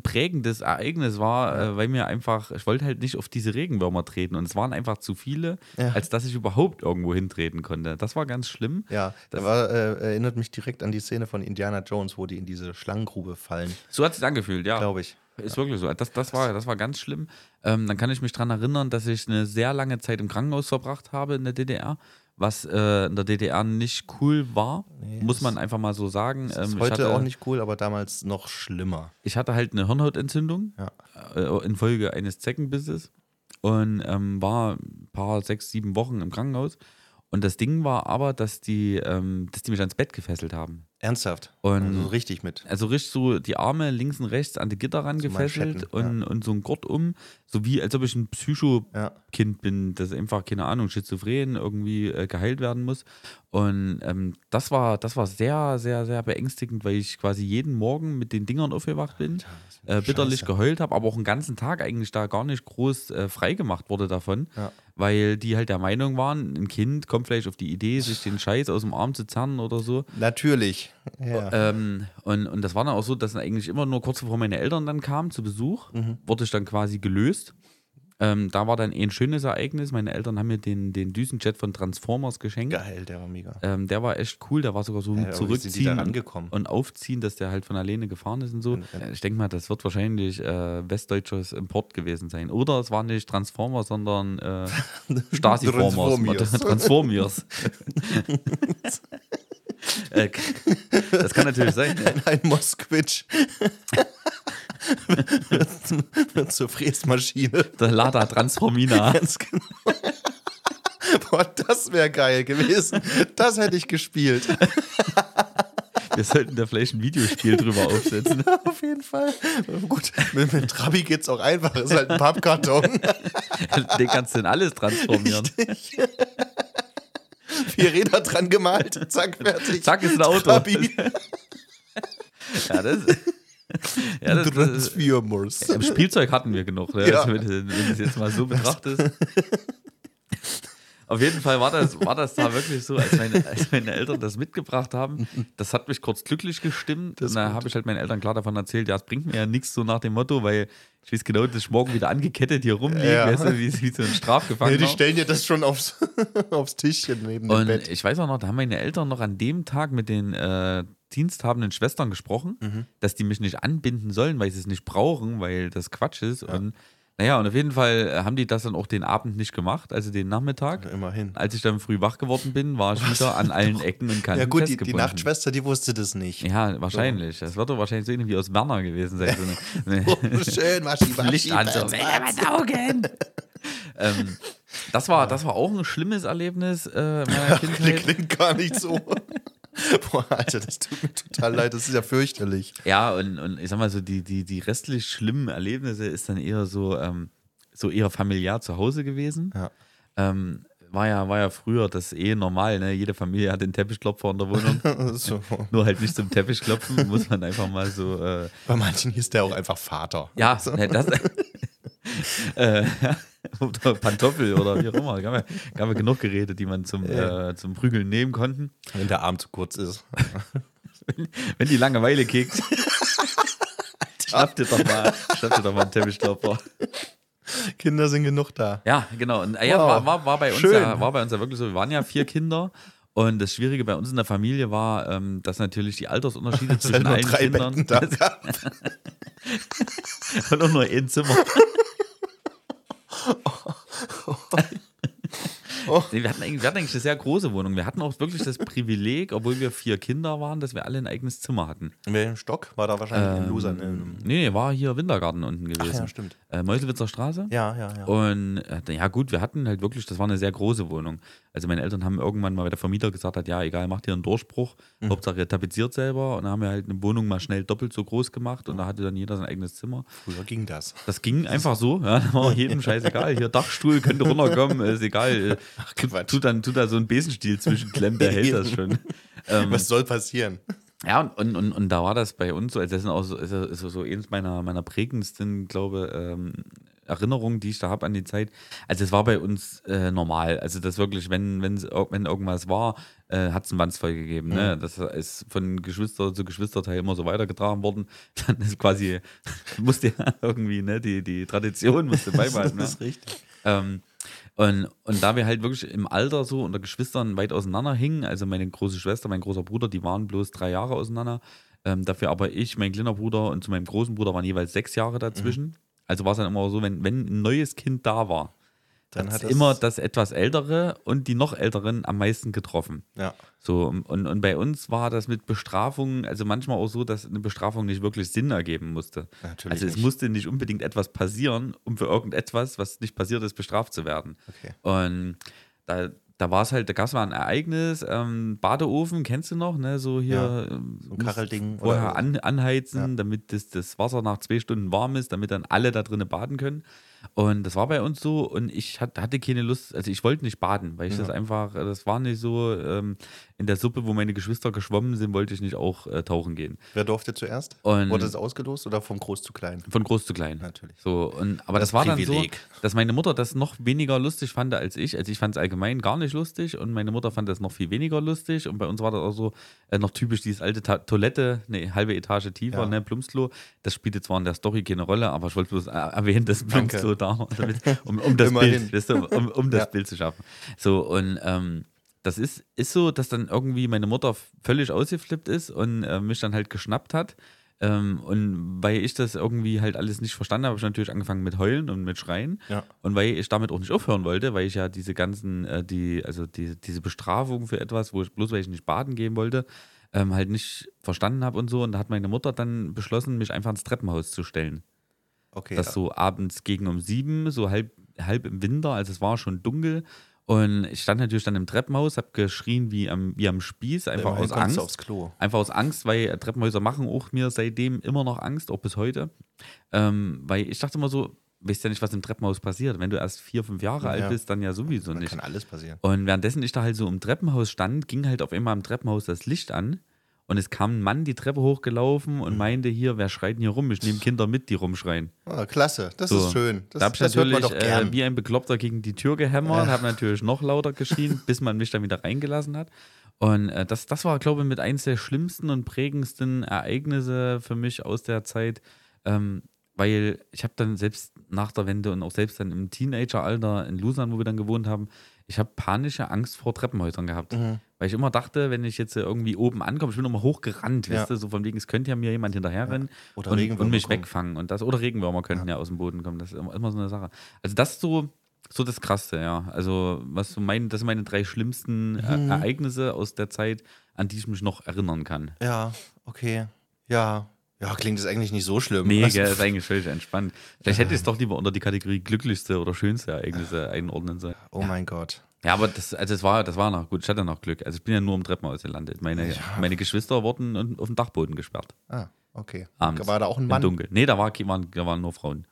prägendes Ereignis war, äh, weil mir einfach, ich wollte halt nicht auf diese Regenwürmer treten und es waren einfach zu viele, Ja. als dass ich überhaupt irgendwo hintreten konnte. Das war ganz schlimm. Ja, das Das- war, äh, erinnert mich direkt an die Szene von Indiana Jones, wo die in diese Schlangengrube fallen, So hat es sich angefühlt, ja. glaube ich. Ist wirklich so. Das, das, war, das war ganz schlimm. Ähm, dann kann ich mich daran erinnern, dass ich eine sehr lange Zeit im Krankenhaus verbracht habe in der DDR, was äh, in der DDR nicht cool war, Nee, muss das- man einfach mal so sagen. Das ist Ähm, ich heute hatte, auch nicht cool, aber damals noch schlimmer. Ich hatte halt eine Hirnhautentzündung Ja. äh, infolge eines Zeckenbisses und ähm, war ein paar, sechs, sieben Wochen im Krankenhaus. Und das Ding war aber, dass die, ähm, dass die mich ans Bett gefesselt haben. Ernsthaft. Und- also richtig mit. Also richtig so die Arme links und rechts an die Gitter rangefesselt Manschetten, und, und so ein Gurt um. So wie, als ob ich ein Psycho Ja. Kind bin, das einfach, keine Ahnung, schizophren irgendwie äh, geheilt werden muss. Und ähm, das war, das war sehr, sehr, sehr beängstigend, weil ich quasi jeden Morgen mit den Dingern aufgewacht bin, äh, bitterlich Scheiße. geheult habe, aber auch einen ganzen Tag eigentlich da gar nicht groß äh, freigemacht wurde davon, Ja. weil die halt der Meinung waren, ein Kind kommt vielleicht auf die Idee, sich den Scheiß aus dem Arm zu zerren oder so. Natürlich. Ja. Ähm, und, und das war dann auch so, dass dann eigentlich immer nur kurz bevor meine Eltern dann kamen zu Besuch, Mhm. wurde ich dann quasi gelöst. Ähm, da war dann eh ein schönes Ereignis. Meine Eltern haben mir den, den Düsenjet von Transformers geschenkt. Geil, der war mega. Ähm, der war echt cool, da war sogar so ein aber wie sind die Zurückziehen da und, rangekommen? und Aufziehen, dass der halt von alleine gefahren ist und so. Äh, Ich denke mal, das wird wahrscheinlich äh, westdeutsches Import gewesen sein. Oder es war nicht Transformers, sondern äh, Transformiers. Stasi-Formers. Transformiers. Äh, das kann natürlich sein. ne? Ein Mosquitsch. wird, wird zur Fräsmaschine. Der Lada Transformina. Ganz genau. Boah, das wäre geil gewesen. Das hätte ich gespielt. Wir sollten da vielleicht ein Videospiel drüber aufsetzen. Auf jeden Fall. Gut, mit, mit Trabi geht's auch einfach. Ist halt ein Pappkarton. Den kannst du in alles transformieren. Vier Räder dran gemalt. Zack, fertig. Zack, ist ein Auto. Trabi. Ja, das, ja, das, das Transformers. Im Spielzeug hatten wir genug, ne? Ja. also, wenn, du- wenn du es jetzt mal so betrachtest. Auf jeden Fall war das, war das da wirklich so, als meine, als meine Eltern das mitgebracht haben. Das hat mich kurz glücklich gestimmt. Das und ist da gut. habe ich halt meinen Eltern klar davon erzählt, ja, es bringt mir ja nichts so nach dem Motto, weil ich weiß genau, dass ich morgen wieder angekettet hier rumliege, Ja. weißt du, wie, wie so ein Nee, Strafgefangener. die stellen dir das schon aufs, aufs Tischchen neben dem genau. Und Bett. ich weiß auch noch, da haben meine Eltern noch an dem Tag mit den äh, diensthabenden Schwestern gesprochen, Mhm. dass die mich nicht anbinden sollen, weil sie es nicht brauchen, weil das Quatsch ist. Und naja, und auf jeden Fall äh, haben die das dann auch den Abend nicht gemacht, also den Nachmittag. Immerhin. Als ich dann früh wach geworden bin, war ich wieder an allen Ecken und Kanten Ja gut, die, die festgebunden. Nachtschwester, die wusste das nicht. Ja, wahrscheinlich. Das wird doch wahrscheinlich so irgendwie aus Werner gewesen sein. So eine, Oh, schön, waschi, waschi, Lichtanzug. waschi. meine Augen! ähm, das, war, das war auch ein schlimmes Erlebnis äh, meiner Das Kindheit. klingt gar nicht so. Boah, Alter, das tut mir total leid. Das ist ja fürchterlich. Ja, und, und ich sag mal so, die, die, die restlich schlimmen Erlebnisse ist dann eher so, ähm, so eher familiär zu Hause gewesen. Ja. Ähm, war ja, war ja früher das eh normal, ne? Jede Familie hat den Teppichklopfer in der Wohnung. So. Nur halt nicht zum Teppichklopfen, muss man einfach mal so. Äh, Bei manchen hieß der auch einfach Vater. ja, ne, das. äh, oder Pantoffel oder wie auch immer. Da haben wir, da haben wir genug Geräte, die man zum, äh, zum Prügeln nehmen konnten. Wenn der Arm zu kurz ist. Wenn die Langeweile kickt, schnapp dir doch mal, schnapp dir doch mal einen Teppichklopfer. Kinder sind genug da. Ja, genau. Und, äh, ja, Wow. war, war, war, bei uns Schön. ja, war bei uns ja wirklich so. Wir waren ja vier Kinder. Und das Schwierige bei uns in der Familie war, ähm, dass natürlich die Altersunterschiede Es sind zwischen nur allen drei Kindern Betten da. gab. und auch nur ein Zimmer. Oh. Nee, wir, hatten eigentlich, wir hatten eigentlich eine sehr große Wohnung. Wir hatten auch wirklich das Privileg, obwohl wir vier Kinder waren, dass wir alle ein eigenes Zimmer hatten. In welchem Stock war da wahrscheinlich Ähm, ein Loser? Ne? Nee, war hier Wintergarten unten gewesen. ja, stimmt. Äh, Meuselwitzer Straße. Ja, ja, ja. Und äh, ja, gut, wir hatten halt wirklich, das war eine sehr große Wohnung. Also meine Eltern haben irgendwann mal, weil der Vermieter gesagt hat, ja, egal, macht ihr einen Durchbruch. Hauptsache ihr tapeziert selber. Und dann haben wir halt eine Wohnung mal schnell doppelt so groß gemacht und da hatte dann jeder sein eigenes Zimmer. Früher ging das. Das ging einfach so, ja, da war jedem scheißegal. Hier Dachstuhl könnte runterkommen, ist egal. Ach, Quatsch. Tut dann, tut da so ein Besenstiel zwischenklemmt, der hält das schon. Ähm, Was soll passieren? Ja, und, und, und, und da war das bei uns so, also das sind auch so, also, so, so eines meiner, meiner prägendsten, glaube ähm, Erinnerungen, die ich da habe an die Zeit. Also es war bei uns äh, normal. Also das wirklich, wenn, wenn's, irg- wenn irgendwas war, äh, hat es einen Wandsfall gegeben. Ne? Das ist von Geschwister zu Geschwisterteil immer so weitergetragen worden. Dann ist quasi, musste ja irgendwie, ne, die, die Tradition musste beibehalten. ne? richtig. Ähm, und, und da wir halt wirklich im Alter so unter Geschwistern weit auseinander hingen, also meine große Schwester, mein großer Bruder, die waren bloß drei Jahre auseinander. Ähm, dafür aber ich, mein kleiner Bruder und zu meinem großen Bruder waren jeweils sechs Jahre dazwischen. Also war es dann immer so, wenn, wenn ein neues Kind da war, Dann dann hat hat es- immer das etwas ältere und die noch älteren am meisten getroffen. Ja. So, und, und bei uns war das mit Bestrafungen, also manchmal auch so, dass eine Bestrafung nicht wirklich Sinn ergeben musste. Natürlich also es nicht. musste nicht unbedingt etwas passieren, um für irgendetwas, was nicht passiert ist, bestraft zu werden. Okay. Und da, da war es halt, da gab es mal ein Ereignis, ähm, Badeofen, kennst du noch, ne? So hier Ja, ähm, so ein musst Kachelding oder vorher so. an, anheizen, Ja. damit das, das Wasser nach zwei Stunden warm ist, damit dann alle da drinnen baden können. Und das war bei uns so und ich hat, hatte keine Lust, also ich wollte nicht baden, weil ich das einfach, äh, das war nicht so, ähm, in der Suppe, wo meine Geschwister geschwommen sind, wollte ich nicht auch äh, tauchen gehen. Wer durfte zuerst? Und- Wurde es ausgelost oder vom Groß zu klein? Von groß zu klein. Natürlich. So, und, aber das, Das war dann Privileg. so, dass meine Mutter das noch weniger lustig fand als ich. Also ich fand es allgemein gar nicht lustig und meine Mutter fand das noch viel weniger lustig. Und bei uns war das auch so äh, noch typisch dieses alte Ta Toilette, eine halbe Etage tiefer, Ja. ne, Plumpsklo. Das spielte zwar in der Story keine Rolle, aber ich wollte bloß äh, erwähnen, dass Danke. Plumpsklo da war, damit, um, um das Immerhin. Bild, weißt du, um, um das Ja. Bild zu schaffen. So, und ähm, das ist, ist so, dass dann irgendwie meine Mutter f- völlig ausgeflippt ist und äh, mich dann halt geschnappt hat. Ähm, und weil ich das irgendwie halt alles nicht verstanden habe, habe ich natürlich angefangen mit Heulen und mit Schreien. Ja. Und weil ich damit auch nicht aufhören wollte, weil ich ja diese ganzen, äh, die, also die, diese Bestrafung für etwas, wo ich bloß weil ich nicht baden gehen wollte, ähm, halt nicht verstanden habe und so. Und da hat meine Mutter dann beschlossen, mich einfach ins Treppenhaus zu stellen. Okay. Das so abends gegen um sieben, so halb, halb im Winter, also es war schon dunkel. Und ich stand natürlich dann im Treppenhaus, habe geschrien wie am, wie am Spieß, einfach Immerhin aus konntest Angst. du aufs Klo. Einfach aus Angst, weil äh, Treppenhäuser machen auch mir seitdem immer noch Angst, auch bis heute. Ähm, weil ich dachte immer so, weißt ja nicht, was im Treppenhaus passiert. Wenn du erst vier, fünf Jahre alt Ja. bist, dann ja sowieso Dann nicht. kann alles passieren. Und währenddessen ich da halt so im Treppenhaus stand, ging halt auf einmal im Treppenhaus das Licht an. Und es kam ein Mann die Treppe hochgelaufen Hm. und meinte hier, wer schreit denn hier rum? Ich nehme Kinder mit, die rumschreien. Ah, klasse, das So. ist schön. Das, da hab ich das hört natürlich man doch äh, gern. wie ein Bekloppter gegen die Tür gehämmert, habe natürlich noch lauter geschrien, bis man mich dann wieder reingelassen hat. Und äh, das, das war, glaube ich, mit eins der schlimmsten und prägendsten Ereignisse für mich aus der Zeit, ähm, weil ich habe dann selbst nach der Wende und auch selbst dann im Teenageralter in Lusan, wo wir dann gewohnt haben, ich habe panische Angst vor Treppenhäusern gehabt. Mhm. Weil ich immer dachte, wenn ich jetzt äh, irgendwie oben ankomme, ich bin immer hochgerannt, Ja. weißt du, so von wegen, es könnte ja mir jemand hinterherrennen Oder und, Regenwürmer und mich kommen. wegfangen und das oder Regenwürmer könnten ja. aus dem Boden kommen. Das ist immer, immer so eine Sache. Also das ist so so das Krasse, ja. Also was so mein, das sind meine drei schlimmsten Mhm. äh, Ereignisse aus der Zeit, an die ich mich noch erinnern kann. Ja, okay. Ja. Ja, klingt das eigentlich nicht so schlimm. Nee, Also, gell, ist eigentlich völlig entspannt. Vielleicht hätte ich es doch lieber unter die Kategorie glücklichste oder schönste Ereignisse einordnen sollen. Oh mein Gott. Ja, aber das, also das war, das war noch gut. Ich hatte noch Glück. Also ich bin ja nur im Treppenhaus gelandet. Meine, meine Geschwister wurden un- auf dem Dachboden gesperrt. Ah, okay. Abends. War da auch ein Im Mann? Dunkeln. Nee, da, war, ke- waren, da waren nur Frauen.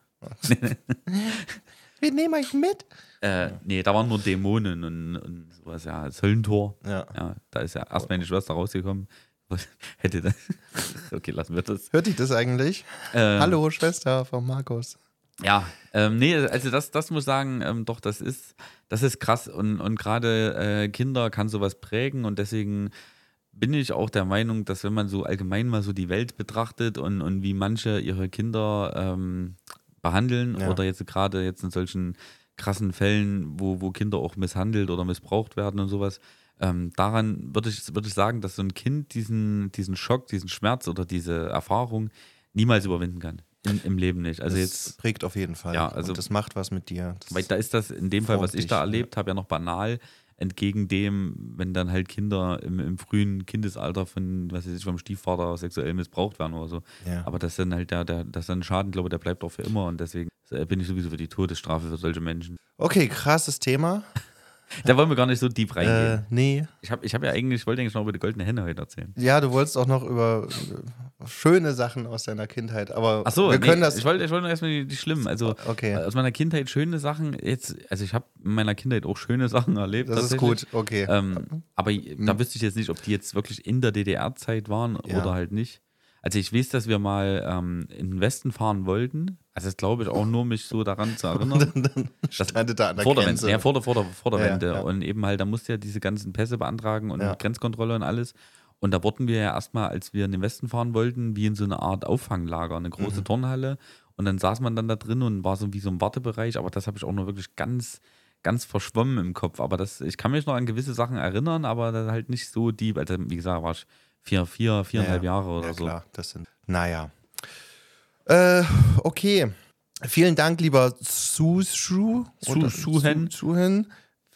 Wir nehmen euch mit. Äh, nee, da waren nur Dämonen und, und sowas, ja. Das Höllentor. Ja. ja. Da ist ja erst meine Schwester rausgekommen. Was, hätte das. okay, lassen wir das. Hört dich das eigentlich? Ähm, Hallo, Schwester von Markus. Ja, ähm, nee, also das, das muss ich sagen, ähm, doch, das ist, das ist krass. Und, und gerade äh, Kinder kann sowas prägen und deswegen bin ich auch der Meinung, dass wenn man so allgemein mal so die Welt betrachtet und, und wie manche ihre Kinder ähm, behandeln Ja. oder jetzt gerade jetzt in solchen krassen Fällen, wo, wo Kinder auch misshandelt oder missbraucht werden und sowas, ähm, daran würde ich, würde ich sagen, dass so ein Kind diesen, diesen Schock, diesen Schmerz oder diese Erfahrung niemals überwinden kann. In, Im Leben nicht. Also das jetzt prägt auf jeden Fall. Ja, also- Und das macht was mit dir. Das weil da ist das in dem Fall, was ich da Formt dich, erlebt habe, ja noch banal. Entgegen dem, wenn dann halt Kinder im, im frühen Kindesalter von, was weiß ich, vom Stiefvater sexuell missbraucht werden oder so. Ja. Aber das dann halt der, der, das dann Schaden, glaube ich, der bleibt auch für immer und deswegen äh, bin ich sowieso für die Todesstrafe für solche Menschen. okay, krasses Thema. Da wollen wir gar nicht so deep reingehen. Äh, nee. ich habe ich hab ja eigentlich, ich wollte eigentlich noch über die goldene Henne heute erzählen. Ja, du wolltest auch noch über äh, schöne Sachen aus deiner Kindheit, aber Ach so, wir nee, können das. ich wollte ich wollte nur erstmal die, die schlimmen, also Okay. äh, aus meiner Kindheit schöne Sachen, jetzt, also ich habe in meiner Kindheit auch schöne Sachen erlebt. das ist tatsächlich. gut, äh, okay. Hm. Ähm, aber da wüsste ich jetzt nicht, ob die jetzt wirklich in der DDR-Zeit waren Ja. oder halt nicht. Also ich weiß, dass wir mal ähm, in den Westen fahren wollten. Also das glaube ich auch nur, mich so daran zu erinnern. Und dann Das- standet da an der vor der Grenze. Wende, ja, vor der, vor der, vor der Ja, ja, Wende. ja. Und eben halt, da musst du ja diese ganzen Pässe beantragen und Ja. Grenzkontrolle und alles. Und da wurden wir ja erstmal, als wir in den Westen fahren wollten, wie in so eine Art Auffanglager, eine große Mhm. Turnhalle. Und dann saß man dann da drin und war so wie so ein Wartebereich. Aber das habe ich auch nur wirklich ganz, ganz verschwommen im Kopf. Aber das, ich kann mich noch an gewisse Sachen erinnern, aber dann halt nicht so deep. Also, wie gesagt, war ich vier, vier, viereinhalb Jahre oder ja, so. Klar, das sind. Naja. Äh, okay. Vielen Dank, lieber Sushu Su- oder Suhen. Su- Suhen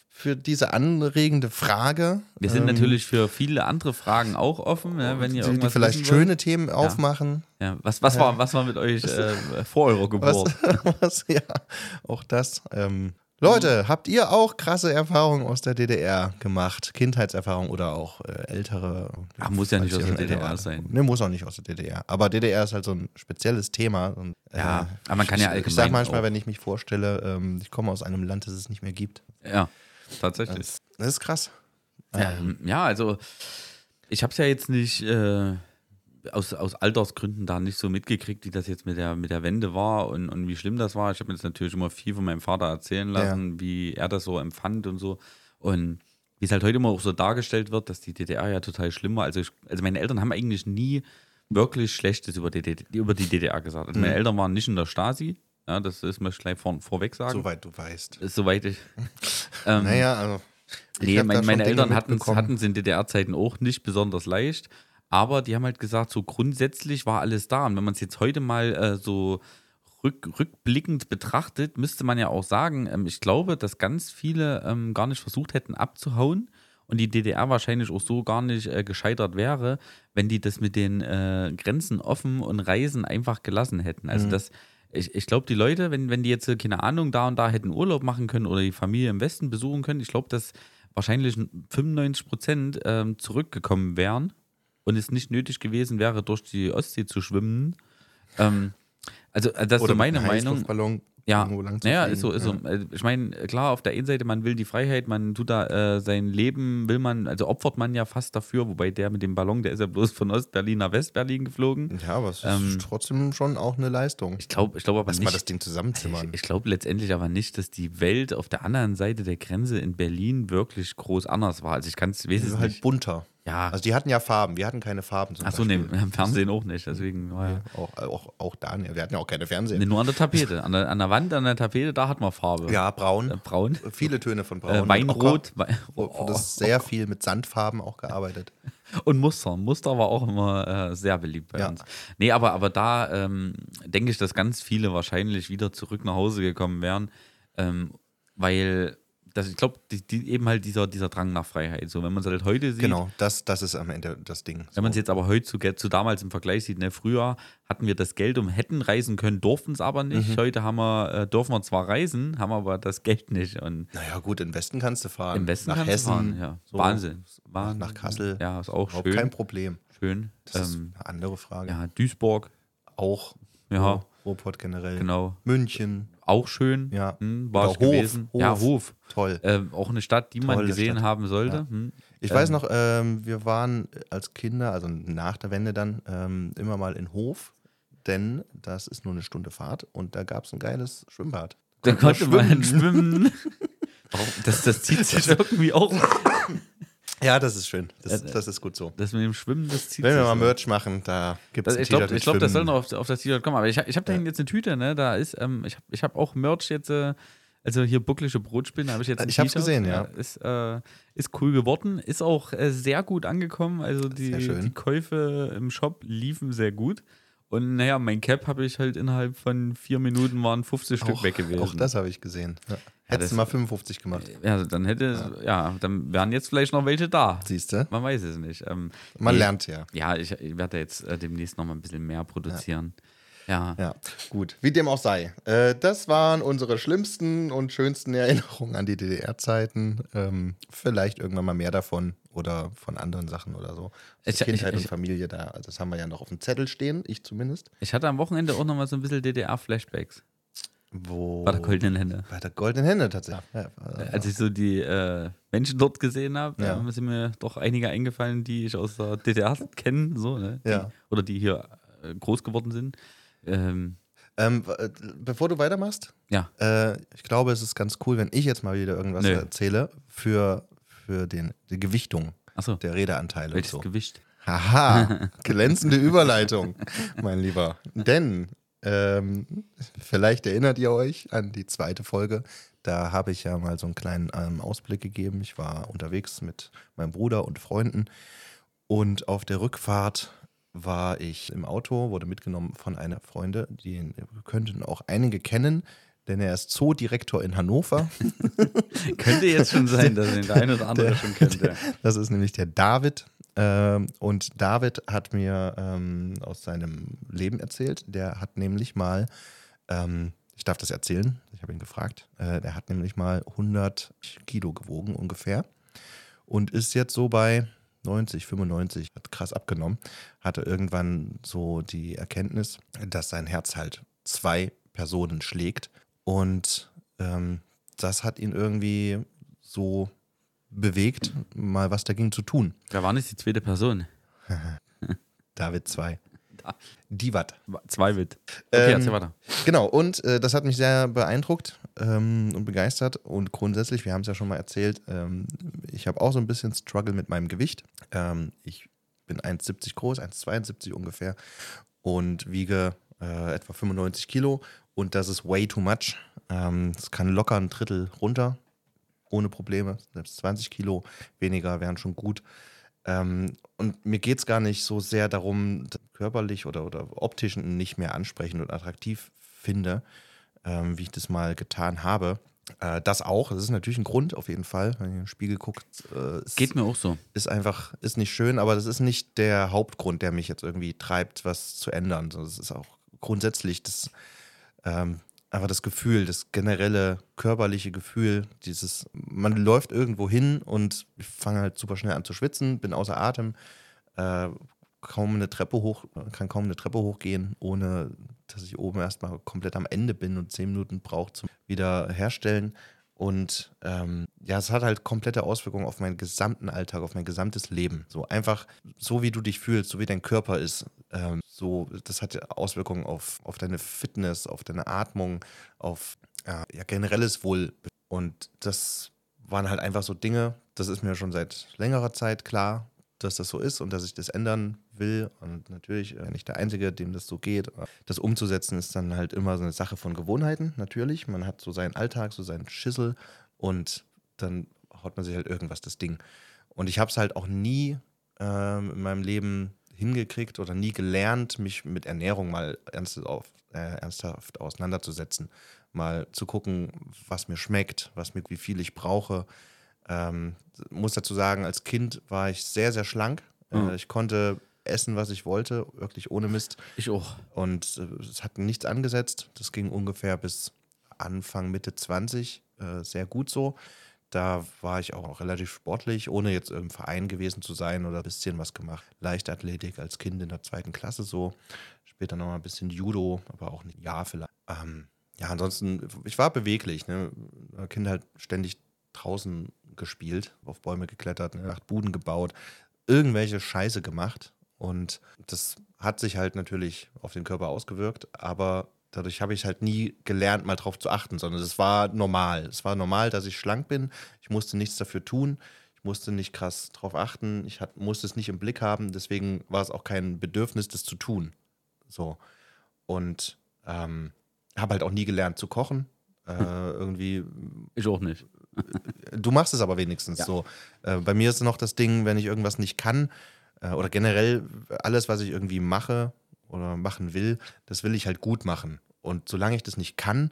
für diese anregende Frage. Wir sind Ähm, natürlich für viele andere Fragen auch offen, ja, wenn die, ihr die irgendwas vielleicht wissen wollt. schöne Themen aufmachen. Ja, was, was, war, was war mit euch äh, vor eurer Geburt? Was, was, ja, auch das. Ähm, Leute, Mhm. habt ihr auch krasse Erfahrungen aus der DDR gemacht? Kindheitserfahrungen oder auch äh, ältere? Ah, muss ja nicht Falls aus ihr der schon älter DDR wart. sein. Nee, muss auch nicht aus der DDR. Aber DDR ist halt so ein spezielles Thema. Und, äh, Ja, aber man kann ja ich- Ich allgemein sag manchmal, auch- wenn ich mich vorstelle, ähm, ich komme aus einem Land, das es nicht mehr gibt. Ja, tatsächlich. Das, das ist krass. Ähm, ja, also ich habe es ja jetzt nicht äh, aus, aus Altersgründen da nicht so mitgekriegt, wie das jetzt mit der, mit der Wende war und, und wie schlimm das war. Ich habe mir das natürlich immer viel von meinem Vater erzählen lassen, wie er das so empfand und so. Und wie es halt heute immer auch so dargestellt wird, dass die DDR ja total schlimm war. Also, ich, also meine Eltern haben eigentlich nie wirklich Schlechtes über die, DD über die DDR gesagt. Also meine Eltern waren nicht in der Stasi. Ja, das ist, möchte ich gleich vor, vorweg sagen. Soweit du weißt. Soweit ich. Ähm, Naja, also. ich nee, hab da mein, schon meine Dinge Eltern hatten mitbekommen. es in DDR-Zeiten auch nicht besonders leicht, aber die haben halt gesagt, so grundsätzlich war alles da. Und wenn man es jetzt heute mal äh, so rück, rückblickend betrachtet, müsste man ja auch sagen, ähm, ich glaube, dass ganz viele ähm, gar nicht versucht hätten abzuhauen. Und die DDR wahrscheinlich auch so gar nicht äh, gescheitert wäre, wenn die das mit den äh, Grenzen offen und Reisen einfach gelassen hätten. Mhm. Also das, ich, ich glaube, die Leute, wenn, wenn die jetzt, äh, keine Ahnung, da und da hätten Urlaub machen können oder die Familie im Westen besuchen können, ich glaube, dass wahrscheinlich 95 Prozent ähm, zurückgekommen wären und es nicht nötig gewesen wäre, durch die Ostsee zu schwimmen. Ähm, also, äh, das ist so mit meine einem Meinung. Heißluftballon Ja, irgendwo lang zu naja, fliegen. ist so, ist so. Äh, Ich meine, klar, auf der einen Seite, man will die Freiheit, man tut da äh, sein Leben, will man, also opfert man ja fast dafür, wobei der mit dem Ballon, der ist ja bloß von Ostberlin nach Westberlin geflogen. Ja, aber es ist Ähm, trotzdem schon auch eine Leistung. Ich glaube ich glaub aber Lass mal das nicht, Ding ich, zusammenzimmern. ich glaube letztendlich aber nicht, dass die Welt auf der anderen Seite der Grenze in Berlin wirklich groß anders war. Also ich kann es, weiß Die es war halt nicht. bunter. Ja, Also die hatten ja Farben, wir hatten keine Farben. zum achso, nee, Beispiel. im Fernsehen auch nicht, deswegen, naja. Auch, auch, auch Daniel, wir hatten ja auch keine Fernseher. Nee, nur an der Tapete, an der, an der Wand, an der Tapete, da hat man Farbe. Ja, Äh, braun. Braun, Viele Töne von braun. äh, Und Weinrot, Wei- Ocker- oh. Und das ist sehr viel mit Sandfarben auch gearbeitet. Und Muster. Muster war auch immer äh, sehr beliebt bei Ja. uns. Nee, aber, aber da ähm, denke ich, dass ganz viele wahrscheinlich wieder zurück nach Hause gekommen wären, ähm, weil das, ich glaube, die, die, eben halt dieser, dieser Drang nach Freiheit. So, wenn man es halt heute sieht, Genau, das, das ist am Ende das Ding. wenn man es jetzt aber heute zu, zu damals im Vergleich sieht, ne, früher hatten wir das Geld und hätten reisen können, durften es aber nicht. Mhm. Heute haben wir, äh, dürfen wir zwar reisen, haben aber das Geld nicht. Und Naja, gut, in den Westen kannst du fahren. im Westen nach kannst du Hessen. fahren, ja. so. Wahnsinn. Wahnsinn. nach Kassel. Ja, ist auch Überhaupt kein schön. Problem. schön. Das Ähm, ist eine andere Frage. ja, Duisburg. Auch Ja. Ruhrpott generell. Genau. München. Auch schön. Ja. Hm, war Oder ich Hof, gewesen. Hof. Ja, Hof. Toll. Ähm, auch eine Stadt, die man Tolle gesehen Stadt. haben sollte. Hm. Ich weiß noch, ähm, wir waren als Kinder, also nach der Wende dann, ähm, immer mal in Hof, denn das ist nur eine Stunde Fahrt und da gab es ein geiles Schwimmbad. Da konnte man schwimmen. schwimmen. Warum? das, das zieht sich irgendwie auch. Ja, das ist schön. Das, Ja, das ist gut so. Das mit dem Schwimmen, das zieht Wenn sich. wir mal so. Merch machen, da gibt es Das, ich glaube, glaub, das soll noch auf, auf das T-Shirt kommen. Aber ich, hab- ich habe da hinten jetzt eine Tüte, ne? Da ist, ähm, ich habe ich hab auch Merch jetzt, äh, also hier bucklische Brotspinnen habe ich jetzt. ein Äh, Ich hab's T-Shirt. gesehen, ja. Ist, äh, ist cool geworden, ist auch äh, sehr gut angekommen. Also die, Sehr schön. die Käufe im Shop liefen sehr gut. Und naja, mein Cap habe ich halt innerhalb von vier Minuten waren 50 Stück auch, weg gewesen. Auch das habe ich gesehen. Ja. Hättest das- du mal 55 gemacht, Ja, also dann hätte, ja. dann wären jetzt vielleicht noch welche da. siehst du? Man weiß es nicht. Ähm, Man nee, lernt ja. Ja, ich, ich werde jetzt äh, demnächst noch mal ein bisschen mehr produzieren. Ja. Ja, gut. Wie dem auch sei. Äh, das waren unsere schlimmsten und schönsten Erinnerungen an die DDR-Zeiten. Ähm, vielleicht irgendwann mal mehr davon oder von anderen Sachen oder so. Ich- Also Kindheit ich- ich- und Familie, da, das haben wir ja noch auf dem Zettel stehen, ich zumindest. Ich hatte am Wochenende auch noch mal so ein bisschen DDR-Flashbacks. Wo Bei der goldenen also- Hände. Bei der goldenen Hände tatsächlich. Oh. Ja, äh, Als ich so die äh, Menschen dort gesehen habe, Ja. da sind mir doch einige eingefallen, die ich aus der DDR kenne. So, ne? Ja. die, oder die hier äh, groß geworden sind. Ähm, Ähm, w- äh, bevor du weitermachst, Ja. äh, ich glaube, es ist ganz cool, wenn ich jetzt mal wieder irgendwas Nö. erzähle für, für den, die Gewichtung achso, der Redeanteile welches und so. Gewicht? Haha, glänzende Überleitung, mein Lieber. Denn ähm, vielleicht erinnert ihr euch an die zweite Folge. Da habe ich ja mal so einen kleinen ähm, Ausblick gegeben. Ich war unterwegs mit meinem Bruder und Freunden. Und auf der Rückfahrt war ich im Auto, wurde mitgenommen von einer Freundin, die könnten auch einige kennen, denn er ist Zoodirektor in Hannover. Könnte jetzt schon sein, dass ihn der eine oder andere schon kennt. ja. Das ist nämlich der David. Ähm, und David hat mir ähm, aus seinem Leben erzählt. Der hat nämlich mal, ähm, ich darf das erzählen, ich habe ihn gefragt, äh, der hat nämlich mal 100 Kilo gewogen ungefähr und ist jetzt so bei 90, 95, hat krass abgenommen, hatte irgendwann so die Erkenntnis, dass sein Herz halt zwei Personen schlägt und ähm, das hat ihn irgendwie so bewegt, mal was dagegen zu tun. Wer war nicht die zweite Person? David 2. Da- Divat. Zwei wird. Okay, Ähm, erzähl weiter. Genau, und äh, das hat mich sehr beeindruckt ähm, und begeistert. Und grundsätzlich, wir haben es ja schon mal erzählt, ähm, ich habe auch so ein bisschen Struggle mit meinem Gewicht. Ähm, ich bin 1,70 groß, 1,72 ungefähr und wiege äh, etwa 95 Kilo. Und das ist way too much. Ähm, das kann locker ein Drittel runter, ohne Probleme. Selbst 20 Kilo weniger wären schon gut. Ähm, und mir geht es gar nicht so sehr darum, dass ich körperlich oder, oder optisch nicht mehr ansprechend und attraktiv finde, ähm, wie ich das mal getan habe. Äh, das auch, das ist natürlich ein Grund auf jeden Fall, wenn ihr in den Spiegel guckt. Äh, es Geht mir auch so. ist einfach, ist nicht schön, aber das ist nicht der Hauptgrund, der mich jetzt irgendwie treibt, was zu ändern. So, Das ist auch grundsätzlich das, ähm, einfach das Gefühl, das generelle körperliche Gefühl, dieses, man läuft irgendwo hin und ich fange halt super schnell an zu schwitzen, bin außer Atem, äh, kaum eine Treppe hoch, kann kaum eine Treppe hochgehen, ohne dass ich oben erstmal komplett am Ende bin und zehn Minuten brauche zum Wiederherstellen. Und ähm, ja, es hat halt komplette Auswirkungen auf meinen gesamten Alltag, auf mein gesamtes Leben. So einfach, so wie du dich fühlst, so wie dein Körper ist, ähm, so, das hat ja Auswirkungen auf, auf deine Fitness, auf deine Atmung, auf ja, ja, generelles Wohl. Und das waren halt einfach so Dinge, das ist mir schon seit längerer Zeit klar, dass das so ist und dass ich das ändern will. Und natürlich äh, nicht der Einzige, dem das so geht. Das umzusetzen ist dann halt immer so eine Sache von Gewohnheiten, natürlich. Man hat so seinen Alltag, so seinen Schissel und dann haut man sich halt irgendwas das Ding. Und ich habe es halt auch nie ähm, in meinem Leben hingekriegt oder nie gelernt, mich mit Ernährung mal ernsthaft, auf, äh, ernsthaft auseinanderzusetzen. Mal zu gucken, was mir schmeckt, was mir, wie viel ich brauche. Ähm, muss dazu sagen, als Kind war ich sehr, sehr schlank. Mhm. Äh, ich konnte essen, was ich wollte, wirklich ohne Mist. Ich auch. Und äh, es hat nichts angesetzt. Das ging ungefähr bis Anfang, Mitte 20 äh, sehr gut so. Da war ich auch relativ sportlich, ohne jetzt im Verein gewesen zu sein oder ein bisschen was gemacht. Leichtathletik als Kind in der zweiten Klasse so. Später nochmal ein bisschen Judo, aber auch ein Jahr vielleicht. Ähm, ja, ansonsten, ich war beweglich. Ne? Als Kind halt ständig draußen gespielt, auf Bäume geklettert, ne? acht Buden gebaut, irgendwelche Scheiße gemacht. Und das hat sich halt natürlich auf den Körper ausgewirkt, aber dadurch habe ich halt nie gelernt, mal drauf zu achten, sondern es war normal. Es war normal, dass ich schlank bin. Ich musste nichts dafür tun. Ich musste nicht krass drauf achten. Ich hat, musste es nicht im Blick haben. Deswegen war es auch kein Bedürfnis, das zu tun. So. Und ähm, habe halt auch nie gelernt zu kochen. Äh, irgendwie Ich auch nicht. du machst es aber wenigstens Ja. so. Äh, bei mir ist noch das Ding, wenn ich irgendwas nicht kann äh, oder generell alles, was ich irgendwie mache oder machen will, das will ich halt gut machen. Und solange ich das nicht kann,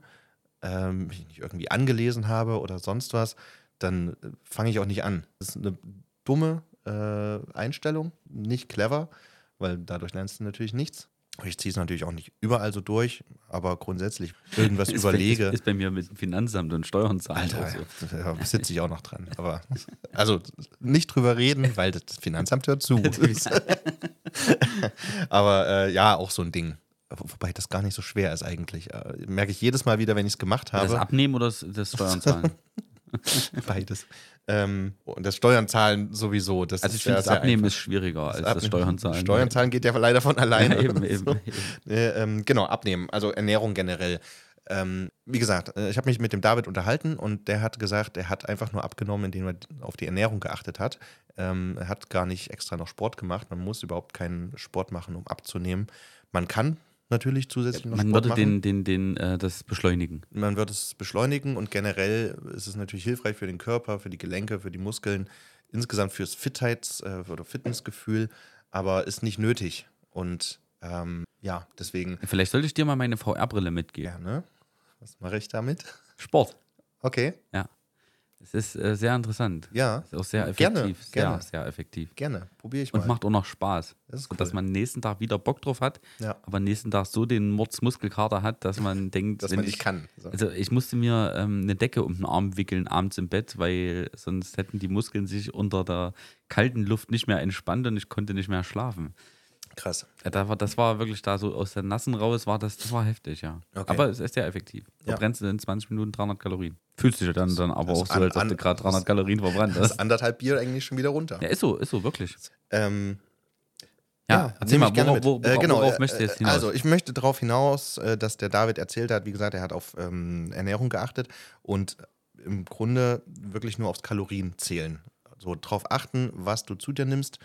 ähm, mich nicht irgendwie angelesen habe oder sonst was, dann äh, fange ich auch nicht an. Das ist eine dumme äh, Einstellung, nicht clever, weil dadurch lernst du natürlich nichts. Ich ziehe es natürlich auch nicht überall so durch, aber grundsätzlich irgendwas Ist bei- überlege. Ist, ist bei mir mit dem Finanzamt und Steuern zahlen. Alter, Also. da sitze ich auch noch dran. Aber also nicht drüber reden, weil das Finanzamt hört zu. Aber äh, ja, auch so ein Ding. Wo- Wobei das gar nicht so schwer ist eigentlich. Äh, merke ich jedes Mal wieder, wenn ich es gemacht Das habe. Abnehmen oder das, das Steuern zahlen? Beides. Ähm, und das Steuern zahlen sowieso. Das Also ich ist finde, ja das sehr Abnehmen einfach. ist schwieriger als Abnehmen- das Steuern zahlen. Steuern zahlen geht ja leider von alleine. Ja, eben, eben, So. eben. Äh, ähm, genau, abnehmen, also Ernährung generell. Ähm, wie gesagt, äh, ich habe mich mit dem David unterhalten und der hat gesagt, er hat einfach nur abgenommen, indem er auf die Ernährung geachtet hat. Ähm, er hat gar nicht extra noch Sport gemacht. Man muss überhaupt keinen Sport machen, um abzunehmen. Man kann natürlich zusätzlich noch Man Sport würde machen. den, den, den, äh, das beschleunigen. Man wird es beschleunigen und generell ist es natürlich hilfreich für den Körper, für die Gelenke, für die Muskeln, insgesamt fürs Fitheits- äh, oder Fitnessgefühl, aber ist nicht nötig. Und ähm, ja, deswegen Vielleicht sollte ich dir mal meine VR-Brille mitgeben. gerne. Was mache ich damit? Sport. Okay, Es ist äh, sehr interessant. ja, Ist auch sehr effektiv. Gerne, sehr, gerne. sehr effektiv. gerne. Probiere ich mal. Und macht auch noch Spaß. das ist Und dass cool. man nächsten Tag wieder Bock drauf hat, Ja. aber nächsten Tag so den Mordsmuskelkater hat, dass man denkt, Dass wenn man nicht ich, kann. So. Also ich musste mir ähm, eine Decke um den Arm wickeln abends im Bett, weil sonst hätten die Muskeln sich unter der kalten Luft nicht mehr entspannt und ich konnte nicht mehr schlafen. Krass. Ja, da war, das war wirklich da so aus der Nassen raus, war das, das war heftig, ja. Okay. Aber es ist sehr effektiv. Ja. Verbrennst du in 20 Minuten 300 Kalorien. Fühlst dich dann, dann aber das auch so, an- als ob an- du gerade das- 300 Kalorien verbrannt Das ist hast. anderthalb Bier eigentlich schon wieder runter. Ja, ist so, ist so, wirklich. Ähm, Ja, erzähl nehm mal, ich gerne wora- mit. wo- Äh, wora- genau, worauf äh, möchtest du jetzt äh, hinaus? Also, ich möchte darauf hinaus, äh, dass der David erzählt hat, wie gesagt, er hat auf ähm, Ernährung geachtet und im Grunde wirklich nur aufs Kalorienzählen. So drauf achten, was du zu dir nimmst.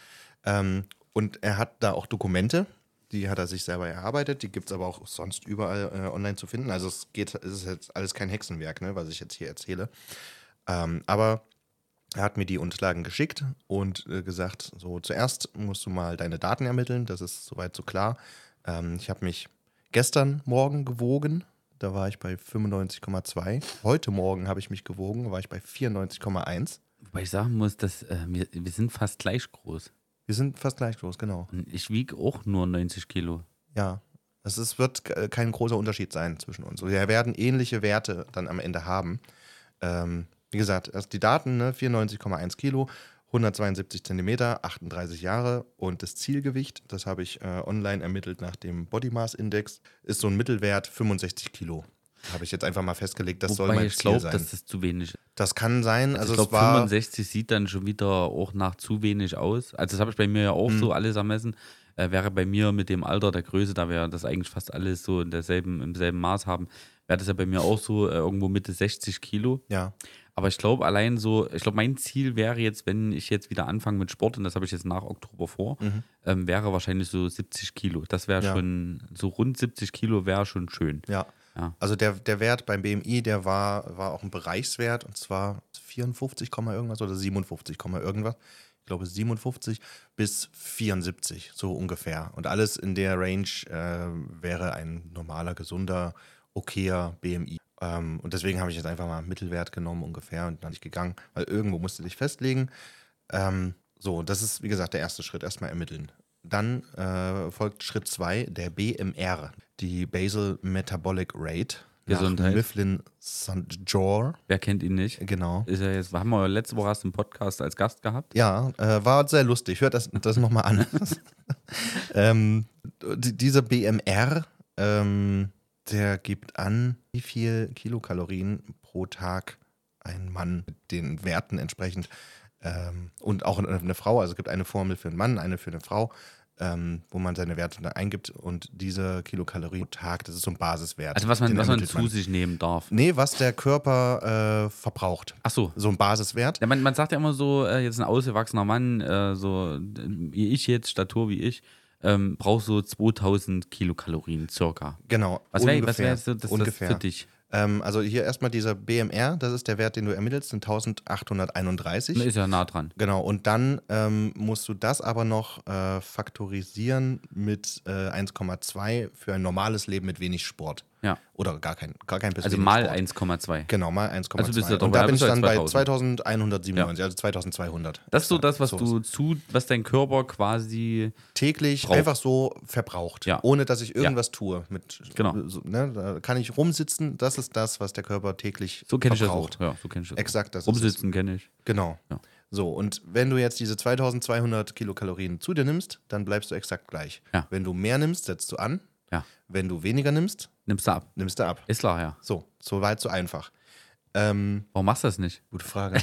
Ähm, und er hat da auch Dokumente, die hat er sich selber erarbeitet, die gibt es aber auch sonst überall äh, online zu finden. Also es geht, es ist jetzt alles kein Hexenwerk, ne, was ich jetzt hier erzähle. Ähm, aber er hat mir die Unterlagen geschickt und äh, gesagt, so zuerst musst du mal deine Daten ermitteln, das ist soweit so klar. Ähm, ich habe mich gestern Morgen gewogen, da war ich bei 95,2. Heute Morgen habe ich mich gewogen, da war ich bei 94,1. Wobei ich sagen muss, dass äh, wir, wir sind fast gleich groß. Wir sind fast gleich groß, genau. Und ich wiege auch nur 90 Kilo. Ja, es ist, wird äh, kein großer Unterschied sein zwischen uns. Wir werden ähnliche Werte dann am Ende haben. Ähm, wie gesagt, erst die Daten, ne? 94,1 Kilo, 172 Zentimeter, 38 Jahre und das Zielgewicht, das habe ich äh, online ermittelt nach dem Body Mass Index, ist so ein Mittelwert 65 Kilo. Habe ich jetzt einfach mal festgelegt, das soll Wobei mein ich Ziel glaube, sein. dass Das, das zu wenig ist. kann sein, also ich es glaube, war 65 sieht dann schon wieder auch nach zu wenig aus. Also das habe ich bei mir ja Mhm. auch so alles ermessen. Äh, wäre bei mir mit dem Alter der Größe, da wir ja das eigentlich fast alles so in derselben, im selben Maß haben, wäre das ja bei mir auch so äh, irgendwo Mitte 60 Kilo. ja, Aber ich glaube, allein so, ich glaube, mein Ziel wäre jetzt, wenn ich jetzt wieder anfange mit Sport, und das habe ich jetzt nach Oktober vor, ähm, wäre wahrscheinlich so 70 Kilo. Das wäre Ja. schon, so rund 70 Kilo wäre schon schön. ja. Ja. Also der, der Wert beim BMI, der war, war auch ein Bereichswert und zwar 54, Komma irgendwas oder 57, Komma irgendwas. Ich glaube 57 bis 74, so ungefähr. Und alles in der Range äh, wäre ein normaler, gesunder, okayer BMI. Ähm, und deswegen habe ich jetzt einfach mal einen Mittelwert genommen ungefähr und dann nicht gegangen, weil irgendwo musst du dich festlegen. Ähm, so, das ist, wie gesagt, der erste Schritt. Erstmal ermitteln. Dann äh, folgt Schritt 2, der BMR, die Basal Metabolic Rate. Gesundheit. Nach Mifflin St. George, Wer kennt ihn nicht? genau. Ist ja jetzt, haben wir letzte Woche erst im Podcast als Gast gehabt. Ja, äh, war sehr lustig. Hört das, das nochmal an. ähm, die, dieser BMR, ähm, der gibt an, wie viel Kilokalorien pro Tag ein Mann mit den Werten entsprechend ähm, und auch eine Frau. Also es gibt eine Formel für einen Mann, eine für eine Frau, ähm, wo man seine Werte dann eingibt und diese Kilokalorien pro Tag, das ist so ein Basiswert. Also was man, den was man ermittelt zu sich nehmen darf. Nee, was der Körper äh, verbraucht. Ach so. So ein Basiswert. Ja, man, man sagt ja immer so, äh, jetzt ein ausgewachsener Mann, äh, so d- wie ich jetzt, Statur wie ich, ähm, braucht so 2000 Kilokalorien circa. Genau. Was wäre ungefähr. was wär jetzt so das, das ungefähr. für dich? Ähm, also hier erstmal dieser BMR, das ist der Wert, den du ermittelst, sind 1831. Na, Ist ja nah dran. Genau, und dann ähm, musst du das aber noch äh, faktorisieren mit äh, 1,2 für ein normales Leben mit wenig Sport. Ja. Oder gar kein, gar kein bisschen Also mal Sport. 1,2. Genau, mal 1,2. Also bist du und dabei, da bin ich bist du dann bei bei 2197, also 2200. Das ist so das, was So du zu, was dein Körper quasi. täglich Braucht. einfach so verbraucht, Ja. ohne dass ich irgendwas tue. Mit, Genau. So, ne, da kann ich rumsitzen, das ist das, was der Körper täglich So kenne ich das auch. verbraucht. Ja, so kenne ich das. auch. Exakt, das ist Rumsitzen kenne ich. es. Genau. Ja. So, und wenn du jetzt diese 2200 Kilokalorien zu dir nimmst, dann bleibst du exakt gleich. Ja. Wenn du mehr nimmst, setzt du an. Ja. Wenn du weniger nimmst, Nimmst du ab. nimmst du ab. Ist klar, ja. So, so weit, so einfach. Ähm, Warum machst du das nicht? gute Frage.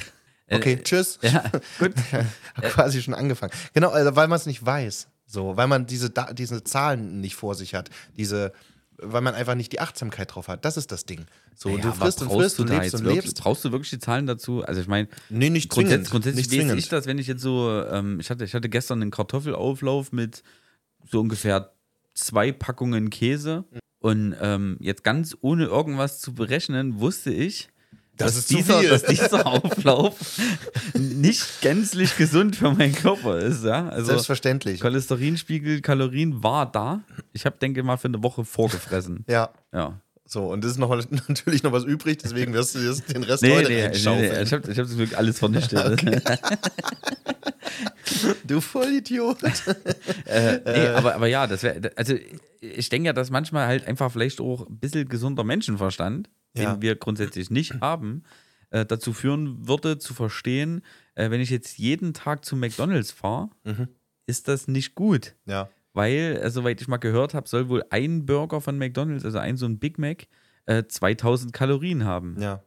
Okay, Äh, tschüss. ja, gut. Hab quasi schon angefangen. Genau, also weil man es nicht weiß. So, weil man diese, Da- diese Zahlen nicht vor sich hat. Diese, weil man einfach nicht die Achtsamkeit drauf hat. Das ist das Ding. So, Naja, du aber frisst und brauchst frisst du und da lebst jetzt und wirklich, lebst. Brauchst du wirklich die Zahlen dazu? Also ich meine, Nee, nicht zwingend. grundsätzlich, grundsätzlich nicht weiß zwingend. ich das, wenn ich jetzt so, ähm, ich, hatte, ich hatte gestern einen Kartoffelauflauf mit so ungefähr zwei Packungen Käse und ähm, jetzt ganz ohne irgendwas zu berechnen, wusste ich, Das dass, ist zu dieser, viel. dass dieser Auflauf nicht gänzlich gesund für meinen Körper ist. Ja? Also Selbstverständlich. Cholesterinspiegel, Kalorien war da. Ich habe, denke mal, für eine Woche vorgefressen. Ja. ja. So, und es ist noch, mal- natürlich noch was übrig, deswegen wirst du jetzt den Rest Nee, heute nee, nee, reinschaufeln. nee, also, ich habe ich hab zum Glück alles vernichtet. Du Vollidiot. Äh, nee, aber, aber ja, das wäre, also ich denke ja, dass manchmal halt einfach vielleicht auch ein bisschen gesunder Menschenverstand, Ja. den wir grundsätzlich nicht haben, äh, dazu führen würde, zu verstehen, äh, wenn ich jetzt jeden Tag zu McDonalds fahre, ist das nicht gut. Mhm. Ja. Weil, äh, soweit ich mal gehört habe, soll wohl ein Burger von McDonalds, also ein so ein Big Mac, äh, 2000 Kalorien haben. Ja.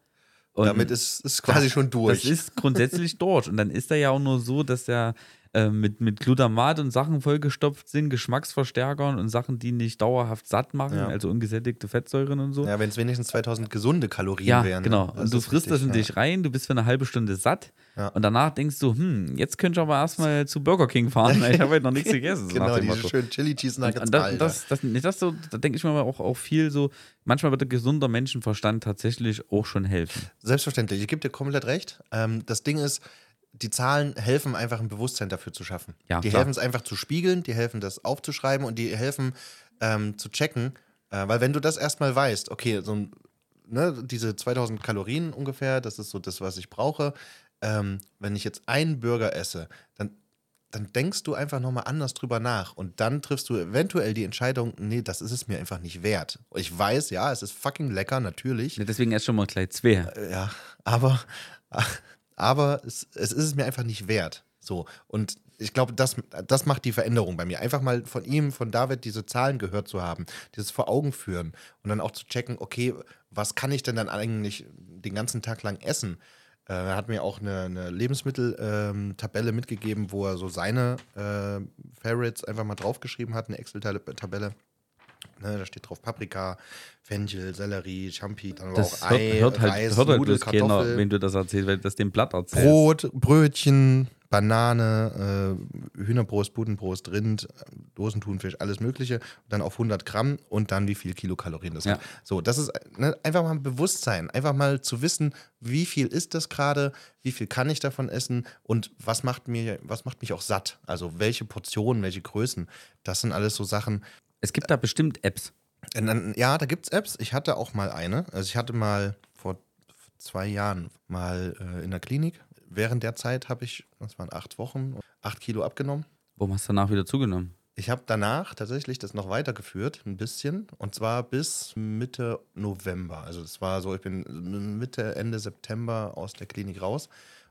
Und Damit ist es quasi das- schon durch. Das ist grundsätzlich durch. Und dann ist er ja auch nur so, dass er äh, mit, mit Glutamat und Sachen vollgestopft sind, Geschmacksverstärkern und Sachen, die nicht dauerhaft satt machen, Ja. also ungesättigte Fettsäuren und so. Ja, ja, wenn es wenigstens 2000 gesunde Kalorien wären. genau. Das Und du ist frisst das richtig, in ja. dich rein, du bist für eine halbe Stunde satt Ja. und danach denkst du, hm, jetzt könnte ich aber erstmal zu Burger King fahren, weil ich habe heute noch nichts gegessen. so nach Genau, dem diese Motto. schönen Chili Cheese Nuggets. Und das, Alter. das, das, nee, das so, da denke ich mir aber auch, auch viel so, manchmal wird der gesunder Menschenverstand tatsächlich auch schon helfen. Selbstverständlich, ich gebe dir komplett recht. Ähm, das Ding ist, die Zahlen helfen einfach ein Bewusstsein dafür zu schaffen. Ja, die klar. helfen es einfach zu spiegeln, die helfen das aufzuschreiben und die helfen ähm, zu checken. Äh, weil wenn du das erstmal weißt, okay, so ein, ne, diese 2000 Kalorien ungefähr, das ist so das, was ich brauche. Ähm, wenn ich jetzt einen Burger esse, dann, dann denkst du einfach nochmal anders drüber nach und dann triffst du eventuell die Entscheidung, nee, das ist es mir einfach nicht wert. Ich weiß, ja, es ist fucking lecker, natürlich. Ja, Deswegen erst schon mal gleich zwei. äh, Ja, aber, aber es, es ist es mir einfach nicht wert. So. Und ich glaube, das, das macht die Veränderung bei mir. Einfach mal von ihm, von David, diese Zahlen gehört zu haben, dieses vor Augen führen und dann auch zu checken, okay, was kann ich denn dann eigentlich den ganzen Tag lang essen? Äh, Er hat mir auch eine, eine Lebensmittel-Tabelle mitgegeben, wo er so seine äh, Favorites einfach mal draufgeschrieben hat, eine Excel-Tabelle. Ne, da steht drauf Paprika, Fenchel, Sellerie, Champi, dann aber Das auch hört, Ei, hört halt, Reis, hört halt Nudel, bloß keiner, Kartoffel, wenn du das erzählst, weil du das dem Blatt erzählst. Brot, Brötchen, Banane, äh, Hühnerbrust, Putenbrust, Rind, äh, Dosentunfisch, alles Mögliche. Dann auf 100 Gramm und dann wie viel Kilokalorien das Ja. hat. So, das ist ne, einfach mal ein Bewusstsein, einfach mal zu wissen, wie viel ist das gerade, wie viel kann ich davon essen und was macht mir, was macht mich auch satt. Also welche Portionen, welche Größen. Das sind alles so Sachen, Es gibt da bestimmt Apps. und Äh, dann, ja, da gibt es Apps. Ich hatte auch mal eine. Also ich hatte mal vor zwei Jahren mal äh, in der Klinik. Während der Zeit habe ich, das waren acht Wochen, acht Kilo abgenommen. Warum hast du danach wieder zugenommen? Ich habe danach tatsächlich das noch weitergeführt, ein bisschen. Und zwar bis Mitte November. Also es war so, ich bin Mitte, Ende September aus der Klinik raus.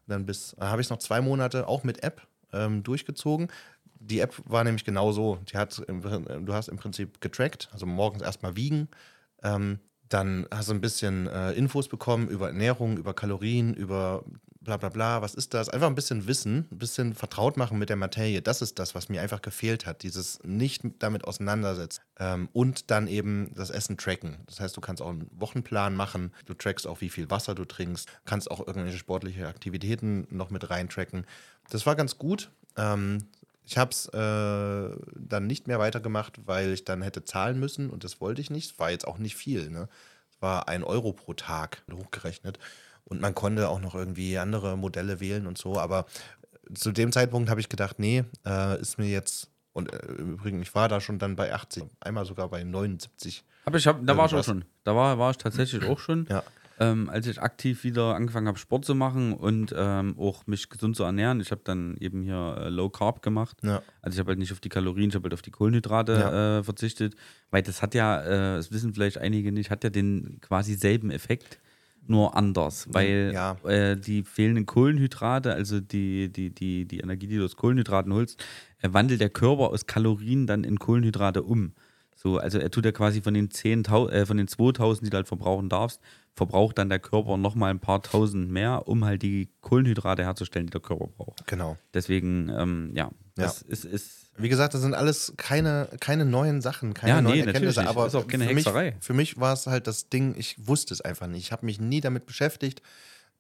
Und dann bis, dann habe ich es noch zwei Monate auch mit App ähm, durchgezogen. Die App war nämlich genau so. Die hat, im, Prin- äh, du hast im Prinzip getrackt, also morgens erstmal wiegen. Ähm, dann hast du ein bisschen äh, Infos bekommen über Ernährung, über Kalorien, über bla bla bla, was ist das? Einfach ein bisschen Wissen, ein bisschen vertraut machen mit der Materie. Das ist das, was mir einfach gefehlt hat, dieses nicht damit auseinandersetzen. Ähm, und dann eben das Essen tracken. Das heißt, du kannst auch einen Wochenplan machen, du trackst auch, wie viel Wasser du trinkst, kannst auch irgendwelche sportliche Aktivitäten noch mit reintracken. Das war ganz gut. Ähm, ich habe es äh, dann nicht mehr weitergemacht, weil ich dann hätte zahlen müssen und das wollte ich nicht. Es war jetzt auch nicht viel. Ne? Es war ein Euro pro Tag ne, hochgerechnet. Und man konnte auch noch irgendwie andere Modelle wählen und so. Aber äh, zu dem Zeitpunkt habe ich gedacht, nee, äh, ist mir jetzt. Und äh, im Übrigen, ich war da schon dann bei 80, einmal sogar bei 79. Aber ich hab, da war ich auch Irgendwas. schon. Da war, war ich tatsächlich auch schon. Ja. Ähm, als ich aktiv wieder angefangen habe, Sport zu machen und ähm, auch mich gesund zu ernähren. Ich habe dann eben hier äh, Low Carb gemacht. Ja. Also ich habe halt nicht auf die Kalorien, ich habe halt auf die Kohlenhydrate Ja. äh, verzichtet. Weil das hat ja, äh, das wissen vielleicht einige nicht, hat ja den quasi selben Effekt, nur anders. Weil Mhm, Ja. äh, die fehlenden Kohlenhydrate, also die, die, die, die Energie, die du aus Kohlenhydraten holst, äh, wandelt der Körper aus Kalorien dann in Kohlenhydrate um. So, also er tut ja quasi von den 10.000, äh, von den 2000, die du halt verbrauchen darfst, verbraucht dann der Körper nochmal ein paar tausend mehr, um halt die Kohlenhydrate herzustellen, die der Körper braucht. Genau. Deswegen, ähm, ja, das ist, ist Wie gesagt, das sind alles keine, keine neuen Sachen, keine Ja, nee, neuen natürlich Erkenntnisse, nicht. aber Ist auch keine für, mich, Hexerei. für mich war es halt das Ding, ich wusste es einfach nicht. Ich habe mich nie damit beschäftigt.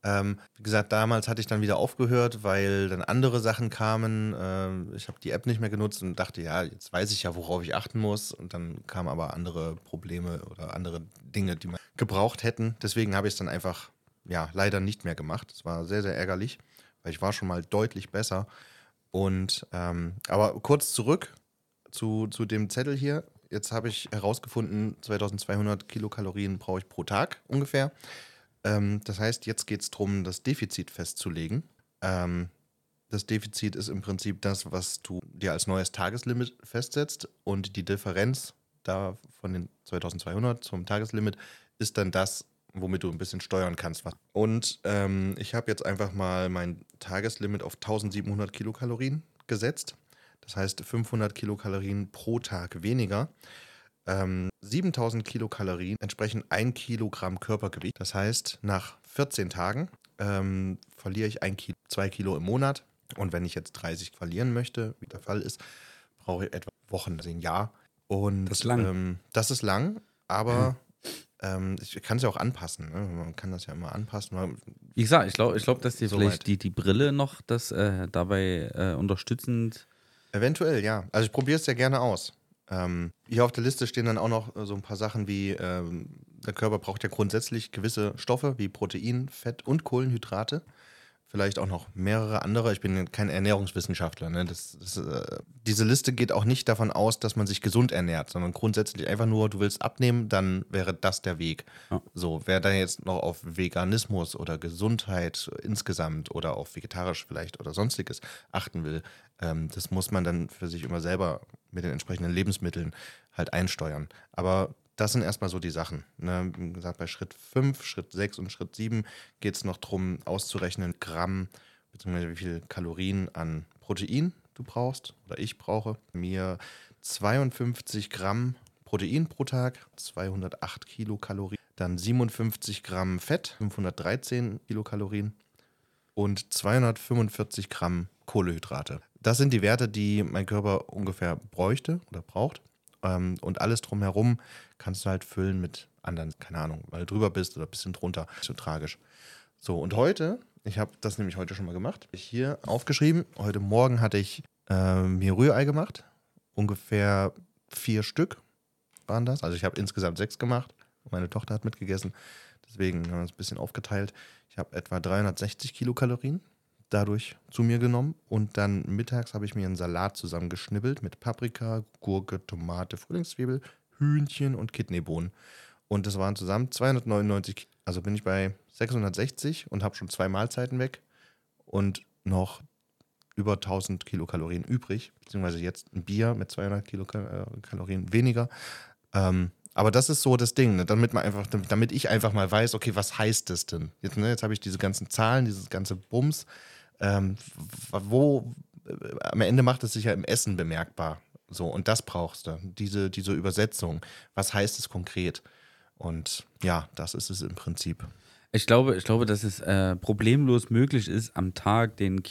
Ähm, wie gesagt, damals hatte ich dann wieder aufgehört, weil dann andere Sachen kamen. Ähm, ich habe die App nicht mehr genutzt und dachte, ja, jetzt weiß ich ja, worauf ich achten muss. Und dann kamen aber andere Probleme oder andere Dinge, die man gebraucht hätten. Deswegen habe ich es dann einfach, ja, leider nicht mehr gemacht. Es war sehr, sehr ärgerlich, weil ich war schon mal deutlich besser. Und ähm, aber kurz zurück zu, zu dem Zettel hier. Jetzt habe ich herausgefunden, 2200 Kilokalorien brauche ich pro Tag ungefähr. Ähm, das heißt, jetzt geht es darum, das Defizit festzulegen. Ähm, das Defizit ist im Prinzip das, was du dir als neues Tageslimit festsetzt und die Differenz da von den 2200 zum Tageslimit ist dann das, womit du ein bisschen steuern kannst. was- Und ähm, ich habe jetzt einfach mal mein Tageslimit auf 1700 Kilokalorien gesetzt. Das heißt 500 Kilokalorien pro Tag weniger. Ähm, 7000 Kilokalorien entsprechen 1 Kilogramm Körpergewicht. Das heißt, nach 14 Tagen ähm, verliere ich 1 Kilo, 2 Kilo im Monat. Und wenn ich jetzt 30 verlieren möchte, wie der Fall ist, brauche ich etwa Wochen, also ein Jahr. Und Das ist lang. Ähm, das ist lang, aber ähm, ich kann es ja auch anpassen. Ne? Man kann das ja immer anpassen. Man- Wie gesagt, ich glaube, ich glaub, dass dir Soweit. vielleicht die, die Brille noch das äh, dabei äh, unterstützend. Eventuell, ja. Also ich probiere es ja gerne aus. Ähm, hier auf der Liste stehen dann auch noch äh, so ein paar Sachen wie, ähm, der Körper braucht ja grundsätzlich gewisse Stoffe wie Protein, Fett und Kohlenhydrate. Vielleicht auch noch mehrere andere. Ich bin kein Ernährungswissenschaftler. Ne? Das, das, äh, diese Liste geht auch nicht davon aus, dass man sich gesund ernährt, sondern grundsätzlich einfach nur, du willst abnehmen, dann wäre das der Weg. Ja. So, wer dann jetzt noch auf Veganismus oder Gesundheit insgesamt oder auf vegetarisch vielleicht oder sonstiges achten will, ähm, das muss man dann für sich immer selber mit den entsprechenden Lebensmitteln halt einsteuern. Aber das sind erstmal so die Sachen. Ne? Wie gesagt, bei Schritt 5, Schritt 6 und Schritt 7 geht es noch darum, auszurechnen, Gramm bzw. wie viel Kalorien an Protein du brauchst oder ich brauche. Mir 52 Gramm Protein pro Tag, 208 Kilokalorien, dann 57 Gramm Fett, 513 Kilokalorien und 245 Gramm Kohlehydrate. Das sind die Werte, die mein Körper ungefähr bräuchte oder braucht. Ähm, und alles drumherum kannst du halt füllen mit anderen, keine Ahnung, weil du drüber bist oder ein bisschen drunter. Nicht so tragisch. So, und heute, ich habe das nämlich heute schon mal gemacht, hab ich hier aufgeschrieben. Heute Morgen hatte ich äh, mir Rührei gemacht. Ungefähr vier Stück waren das. Also ich habe insgesamt sechs gemacht. Meine Tochter hat mitgegessen. Deswegen haben wir es ein bisschen aufgeteilt. Ich habe etwa 360 Kilokalorien dadurch zu mir genommen. Und dann mittags habe ich mir einen Salat zusammengeschnibbelt mit Paprika, Gurke, Tomate, Frühlingszwiebel, Hühnchen und Kidneybohnen. Und das waren zusammen 299. Ki- Also bin ich bei 660 und habe schon zwei Mahlzeiten weg und noch über 1000 Kilokalorien übrig. Beziehungsweise jetzt ein Bier mit 200 Kilokalorien weniger. Ähm, aber das ist so das Ding, ne? damit, man einfach, damit ich einfach mal weiß, okay, was heißt das denn? Jetzt, ne, jetzt habe ich diese ganzen Zahlen, dieses ganze Bums. Ähm, w- wo, äh, am Ende macht es sich ja im Essen bemerkbar. So, und das brauchst du, diese, diese Übersetzung. Was heißt es konkret? Und ja, das ist es im Prinzip. Ich glaube, ich glaube, dass es äh, problemlos möglich ist, am Tag den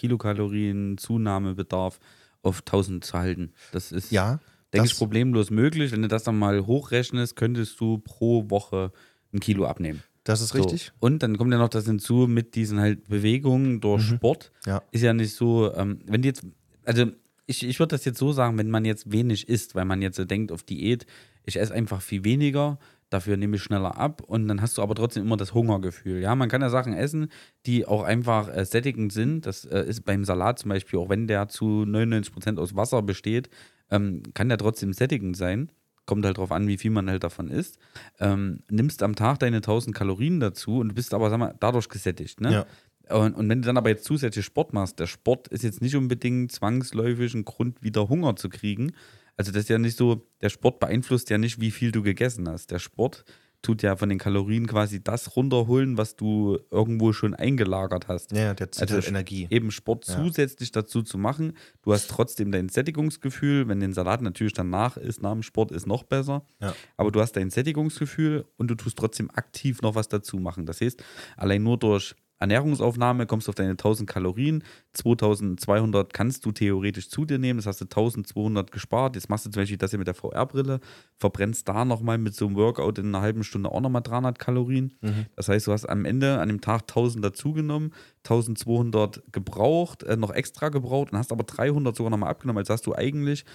Kilokalorien-Zunahmebedarf auf 1000 zu halten. Das ist, Ja, denke das- ich, problemlos möglich. Wenn du das dann mal hochrechnest, könntest du pro Woche ein Kilo abnehmen. Das ist richtig. So. Und dann kommt ja noch das hinzu mit diesen halt Bewegungen Mhm. durch Sport. Ja. Ist ja nicht so, ähm, wenn die jetzt, also ich, ich würde das jetzt so sagen, wenn man jetzt wenig isst, weil man jetzt so denkt auf Diät, ich esse einfach viel weniger, dafür nehme ich schneller ab und dann hast du aber trotzdem immer das Hungergefühl. Ja, man kann ja Sachen essen, die auch einfach äh, sättigend sind. Das äh, ist beim Salat zum Beispiel, auch wenn der zu 99% aus Wasser besteht, ähm, kann der trotzdem sättigend sein. Kommt halt drauf an, wie viel man halt davon isst. Ähm, nimmst am Tag deine 1000 Kalorien dazu und bist aber, sag mal, dadurch gesättigt. Ne? Und, und wenn du dann aber jetzt zusätzlich Sport machst, der Sport ist jetzt nicht unbedingt zwangsläufig ein Grund, wieder Hunger zu kriegen. Also das ist ja nicht so, der Sport beeinflusst ja nicht, wie viel du gegessen hast. Der Sport tut ja von den Kalorien quasi das runterholen, was du irgendwo schon eingelagert hast. Also Ja, der zieht halt Energie. Eben Sport Ja. zusätzlich dazu zu machen. Du hast trotzdem dein Sättigungsgefühl. Wenn den Salat natürlich danach ist, nach dem Sport ist noch besser. Ja. Aber du hast dein Sättigungsgefühl und du tust trotzdem aktiv noch was dazu machen. Das heißt, allein nur durch Ernährungsaufnahme kommst du auf deine 1000 Kalorien. 2200 kannst du theoretisch zu dir nehmen. Das hast du 1200 gespart. Jetzt machst du zum Beispiel das hier mit der VR-Brille, verbrennst da nochmal mit so einem Workout in einer halben Stunde auch nochmal 300 Kalorien. Mhm. Das heißt, du hast am Ende an dem Tag 1000 dazugenommen, 1200 gebraucht, äh, noch extra gebraucht und hast aber 300 sogar nochmal abgenommen. Also hast du eigentlich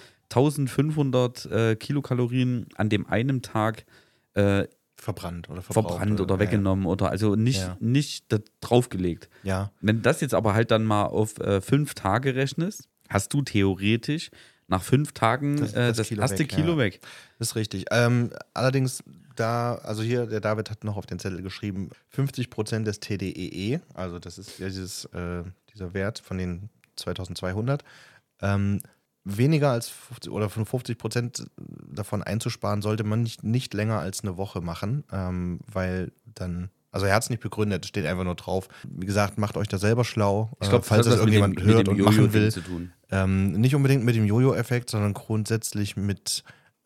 1500 äh, Kilokalorien an dem einen Tag äh, Verbrannt oder verbraucht. verbrannt oder weggenommen oder also nicht, Ja. nicht da draufgelegt. Ja. Wenn du das jetzt aber halt dann mal auf äh, fünf Tage rechnest, hast du theoretisch nach fünf Tagen Das- das das, äh, das Kilo erste weg, ja. Kilo weg. Das ist richtig. Ähm, allerdings, da, also hier, der David hat noch auf den Zettel geschrieben, 50% des TDEE, also das ist ja dieses, äh, dieser Wert von den 2200, ähm, weniger als 50 oder von 50 Prozent davon einzusparen, sollte man nicht, nicht länger als eine Woche machen, ähm, weil dann, also er hat es nicht begründet, steht einfach nur drauf. Wie gesagt, macht euch da selber schlau, Ich glaube, äh, falls das hat was mit dem- irgendjemand mit hört dem und Jojo-Ding machen will. Zu tun. Ähm, nicht unbedingt mit dem Jojo-Effekt, sondern grundsätzlich mit,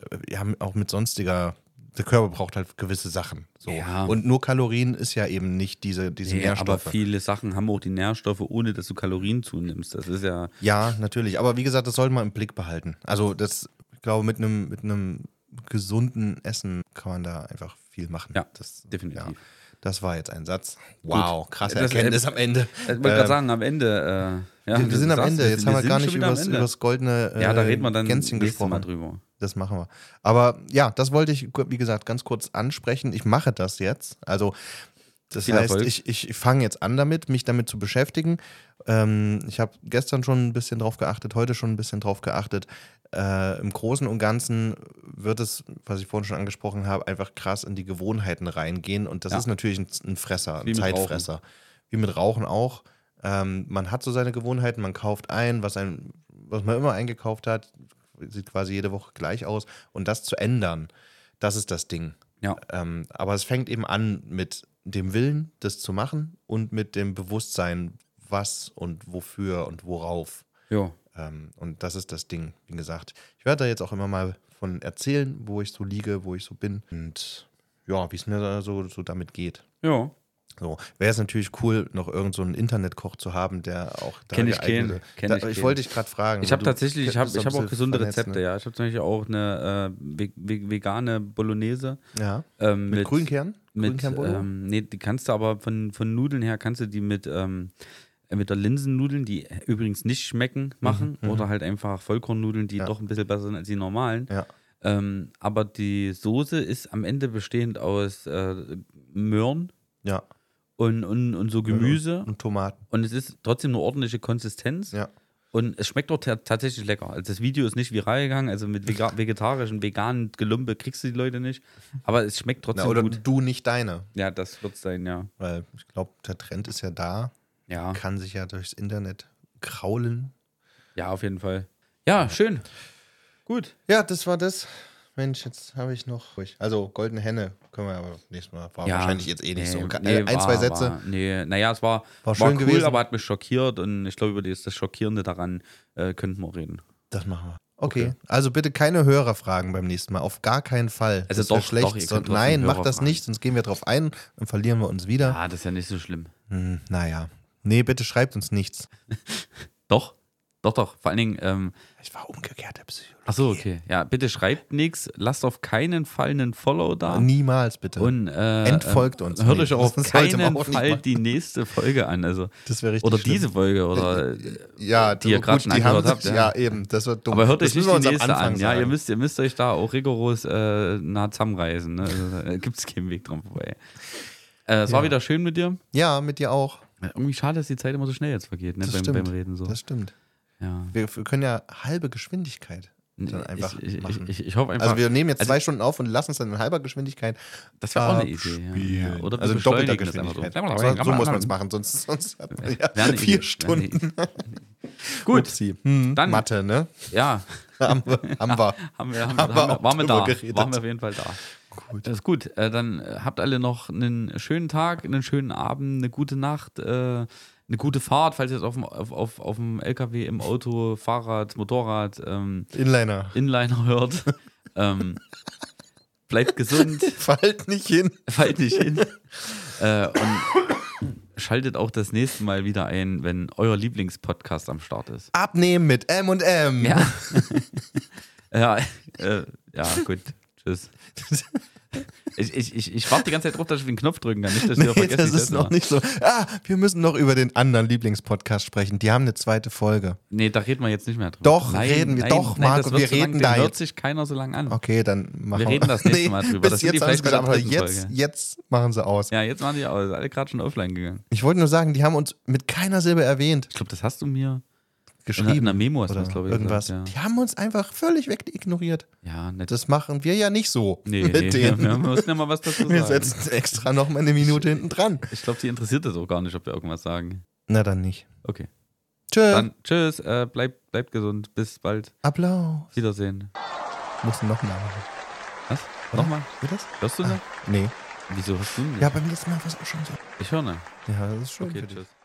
äh, ja, auch mit sonstiger. Der Körper braucht halt gewisse Sachen. So. Ja. Und nur Kalorien ist ja eben nicht diese, diese Ja, aber Nährstoffe. viele Sachen haben auch die Nährstoffe, ohne dass du Kalorien zunimmst. Das ist ja, ja, natürlich. Aber wie gesagt, das sollte man im Blick behalten. Also, das, ich glaube, mit einem mit einem gesunden Essen kann man da einfach viel machen. Ja, das, definitiv. ja. Das war jetzt ein Satz. Wow, krasse Das- äh, Erkenntnis am Ende. Ich wollte gerade sagen, am Ende. Äh, ja, Ähm, wir, wir sind am saßen- Ende. Jetzt wir haben wir sind gar schon nicht wieder am übers, Ende. übers goldene äh, Ja, da reden wir dann Gänschen nächstes gesprochen. Mal drüber. Das machen wir. Aber ja, das wollte ich, wie gesagt, ganz kurz ansprechen. Ich mache das jetzt. Also, das Viel heißt, Erfolg. ich, ich fange jetzt an damit, mich damit zu beschäftigen. Ähm, ich habe gestern schon ein bisschen drauf geachtet, heute schon ein bisschen drauf geachtet. Äh, Im Großen und Ganzen wird es, was ich vorhin schon angesprochen habe, einfach krass in die Gewohnheiten reingehen. Und das Ja. ist natürlich ein, ein Fresser, Wie ein mit Rauchen. Zeitfresser. Wie mit Rauchen auch. Ähm, man hat so seine Gewohnheiten, man kauft ein, was, ein, was man immer eingekauft hat, sieht quasi jede Woche gleich aus. Und das zu ändern, das ist das Ding. Ja. Ähm, aber es fängt eben an mit dem Willen, das zu machen und mit dem Bewusstsein, was und wofür und worauf. Jo. Ähm, und das ist das Ding, wie gesagt. Ich werde da jetzt auch immer mal von erzählen, wo ich so liege, wo ich so bin und ja, wie es mir da so, so damit geht. Jo. So, wäre es natürlich cool, noch irgend so einen Internetkoch zu haben, der auch da Kenn ich geeignet keinen. ist. Kenn da, ich ich keinen. wollte dich gerade fragen. Ich weil habe du tatsächlich, ich habe bist da ich ein hab auch bisschen ne? gesunde vernetzt, Rezepte, ja. Ich habe zum Beispiel auch eine äh, ve- ve- vegane Bolognese. Ne? Ja. Ähm, Mit, Grünkern? Mit, Grünkernbrot? ähm, nee, die kannst du aber von, von Nudeln her, kannst du die mit, ähm, mit der Linsennudeln, die übrigens nicht schmecken, machen. oder halt einfach Vollkornnudeln, die Mhm, Ja. doch ein bisschen besser sind als die normalen. ja. Ähm, aber die Soße ist am Ende bestehend aus äh, Möhren Ja. genau. und, und, und so Gemüse. Und Tomaten. Und es ist trotzdem eine ordentliche Konsistenz. Ja. Und es schmeckt doch ta- tatsächlich lecker. Also das Video ist nicht viral gegangen. Also mit vega vegetarischen, veganen Gelumpe kriegst du die Leute nicht. Aber es schmeckt Na, trotzdem oder gut. du nicht deine. Ja, das wird sein, ja. Weil ich glaube, der Trend ist ja da. Ja, Kann sich ja durchs Internet kraulen. ja auf jeden Fall. Ja, schön. Gut. Ja, das war das. Mensch, jetzt habe ich noch. ruhig. Also, goldene Henne können wir aber nächstes Mal. War ja, wahrscheinlich jetzt eh nicht so. Äh, nee, ein, war- zwei Sätze. War, nee, naja, es war, War war, schön schön cool, gewesen. aber hat mich schockiert und ich glaube, über das, das Schockierende daran äh, könnten wir reden. Das machen wir. Okay. Also bitte keine Hörerfragen beim nächsten Mal. Auf gar keinen Fall. Also wär doch, doch, ihr So- könnt trotzdem Nein, macht das Hörerfragen. nicht, sonst gehen wir drauf ein und verlieren wir uns wieder. Ah, das ist ja nicht so schlimm. Hm, naja. Nee, bitte schreibt uns nichts. Doch, doch, doch. Vor allen Dingen, ähm, Ich war umgekehrter Psychologe. achso, okay. Ja, bitte schreibt nichts, lasst auf keinen Fall einen Follow da. Niemals bitte. Und, äh, Entfolgt uns Ähm, hört nicht. euch auf Das sollte man keinen auch nicht Fall machen. die nächste Folge an. Also, das wäre richtig. oder schlimm. Äh, diese Folge oder äh, ja, die ihr gut, gerade schon die haben angehört habt, sich, ja. ja. eben, das war dumm. Aber hört das euch müssen nicht wir die uns am nächste Anfang an. Ja, ihr sagen. müsst, ihr müsst euch da auch rigoros äh, nah zusammenreißen. Ne? Also, da gibt es keinen Weg dran vorbei. Äh, es war wieder schön mit dir. ja, mit dir auch. Irgendwie schade, dass die Zeit immer so schnell jetzt vergeht, ne? Das beim, stimmt. beim Reden so. Das stimmt. ja. Wir, wir können ja halbe Geschwindigkeit dann einfach ich, ich, machen. ich, ich, ich hoffe einfach, also wir nehmen jetzt also- zwei Stunden auf und lassen es dann in halber Geschwindigkeit das wäre auch eine Idee. abspielen. Ja. Ja. Oder wir also in doppelter beschleunigen das einfach so. Geschwindigkeit. So, so muss man es machen, sonst, sonst hat man Wäre eine ja Idee, vier wäre eine Idee. Stunden. Gut, Upsi. Hm, Dann- Mathe, ne? ja. Haben wir. Haben wir. Haben wir, haben, Haben haben wir wir, auch waren wir drüber da. geredet. Waren wir auf jeden Fall da. Gut. Das ist gut. Äh, dann äh, habt alle noch einen schönen Tag, einen schönen Abend, eine gute Nacht, äh, eine gute Fahrt, falls ihr jetzt auf dem, auf, auf, auf dem LKW, im Auto, Fahrrad, Motorrad, ähm, Inliner. Inliner hört. ähm, bleibt gesund, Fällt nicht hin. fallt nicht hin. äh, und schaltet auch das nächste Mal wieder ein, wenn euer Lieblingspodcast am Start ist. Abnehmen mit M und M. Ja. ja, äh, ja, gut. Tschüss. Ich, ich, ich, ich warte die ganze Zeit drauf, dass ich den Knopf drücken kann. Nicht, dass ich wieder Nee, vergesse, das ich ist noch mache. nicht so. Ah, wir müssen noch über den anderen Lieblingspodcast sprechen. Die haben eine zweite Folge. Nee, da reden wir jetzt nicht mehr drüber. Doch, reden wir. Doch, Marco, das wird wir so reden lang, da Den hört jetzt. sich keiner so lange an. Okay, dann machen Wir reden das nächste Mal drüber. Bis Das sind die jetzt haben sie vielleicht bei der gesagt, aber dritten jetzt, Folge. jetzt machen sie aus. Ja, jetzt waren die aber alle gerade schon offline gegangen. Ich wollte nur sagen, die haben uns mit keiner Silbe erwähnt, Ich glaube, das hast du mir in geschrieben einer Memo hast du oder das, glaube ich. irgendwas. Gesagt, Die haben uns einfach völlig weg ignoriert. ja, ja nett. Das machen wir ja nicht so nee, mit nee, denen. wir müssen ja mal was dazu Wir sagen. setzen extra noch mal eine Minute hinten dran. Ich glaube, die interessiert das auch gar nicht, ob wir irgendwas sagen. Na dann nicht. Okay, Tschö. dann tschüss, äh, bleibt bleib gesund, bis bald, Applaus. Wiedersehen. Muss nochmal machen. Was? Nochmal? Geht das? Hörst du Ah, ne? nee. Wieso hörst du ne? Ja, beim letzten Mal war es auch schon so. Ich höre ne. Ja, das ist schön. Okay, für dich. tschüss.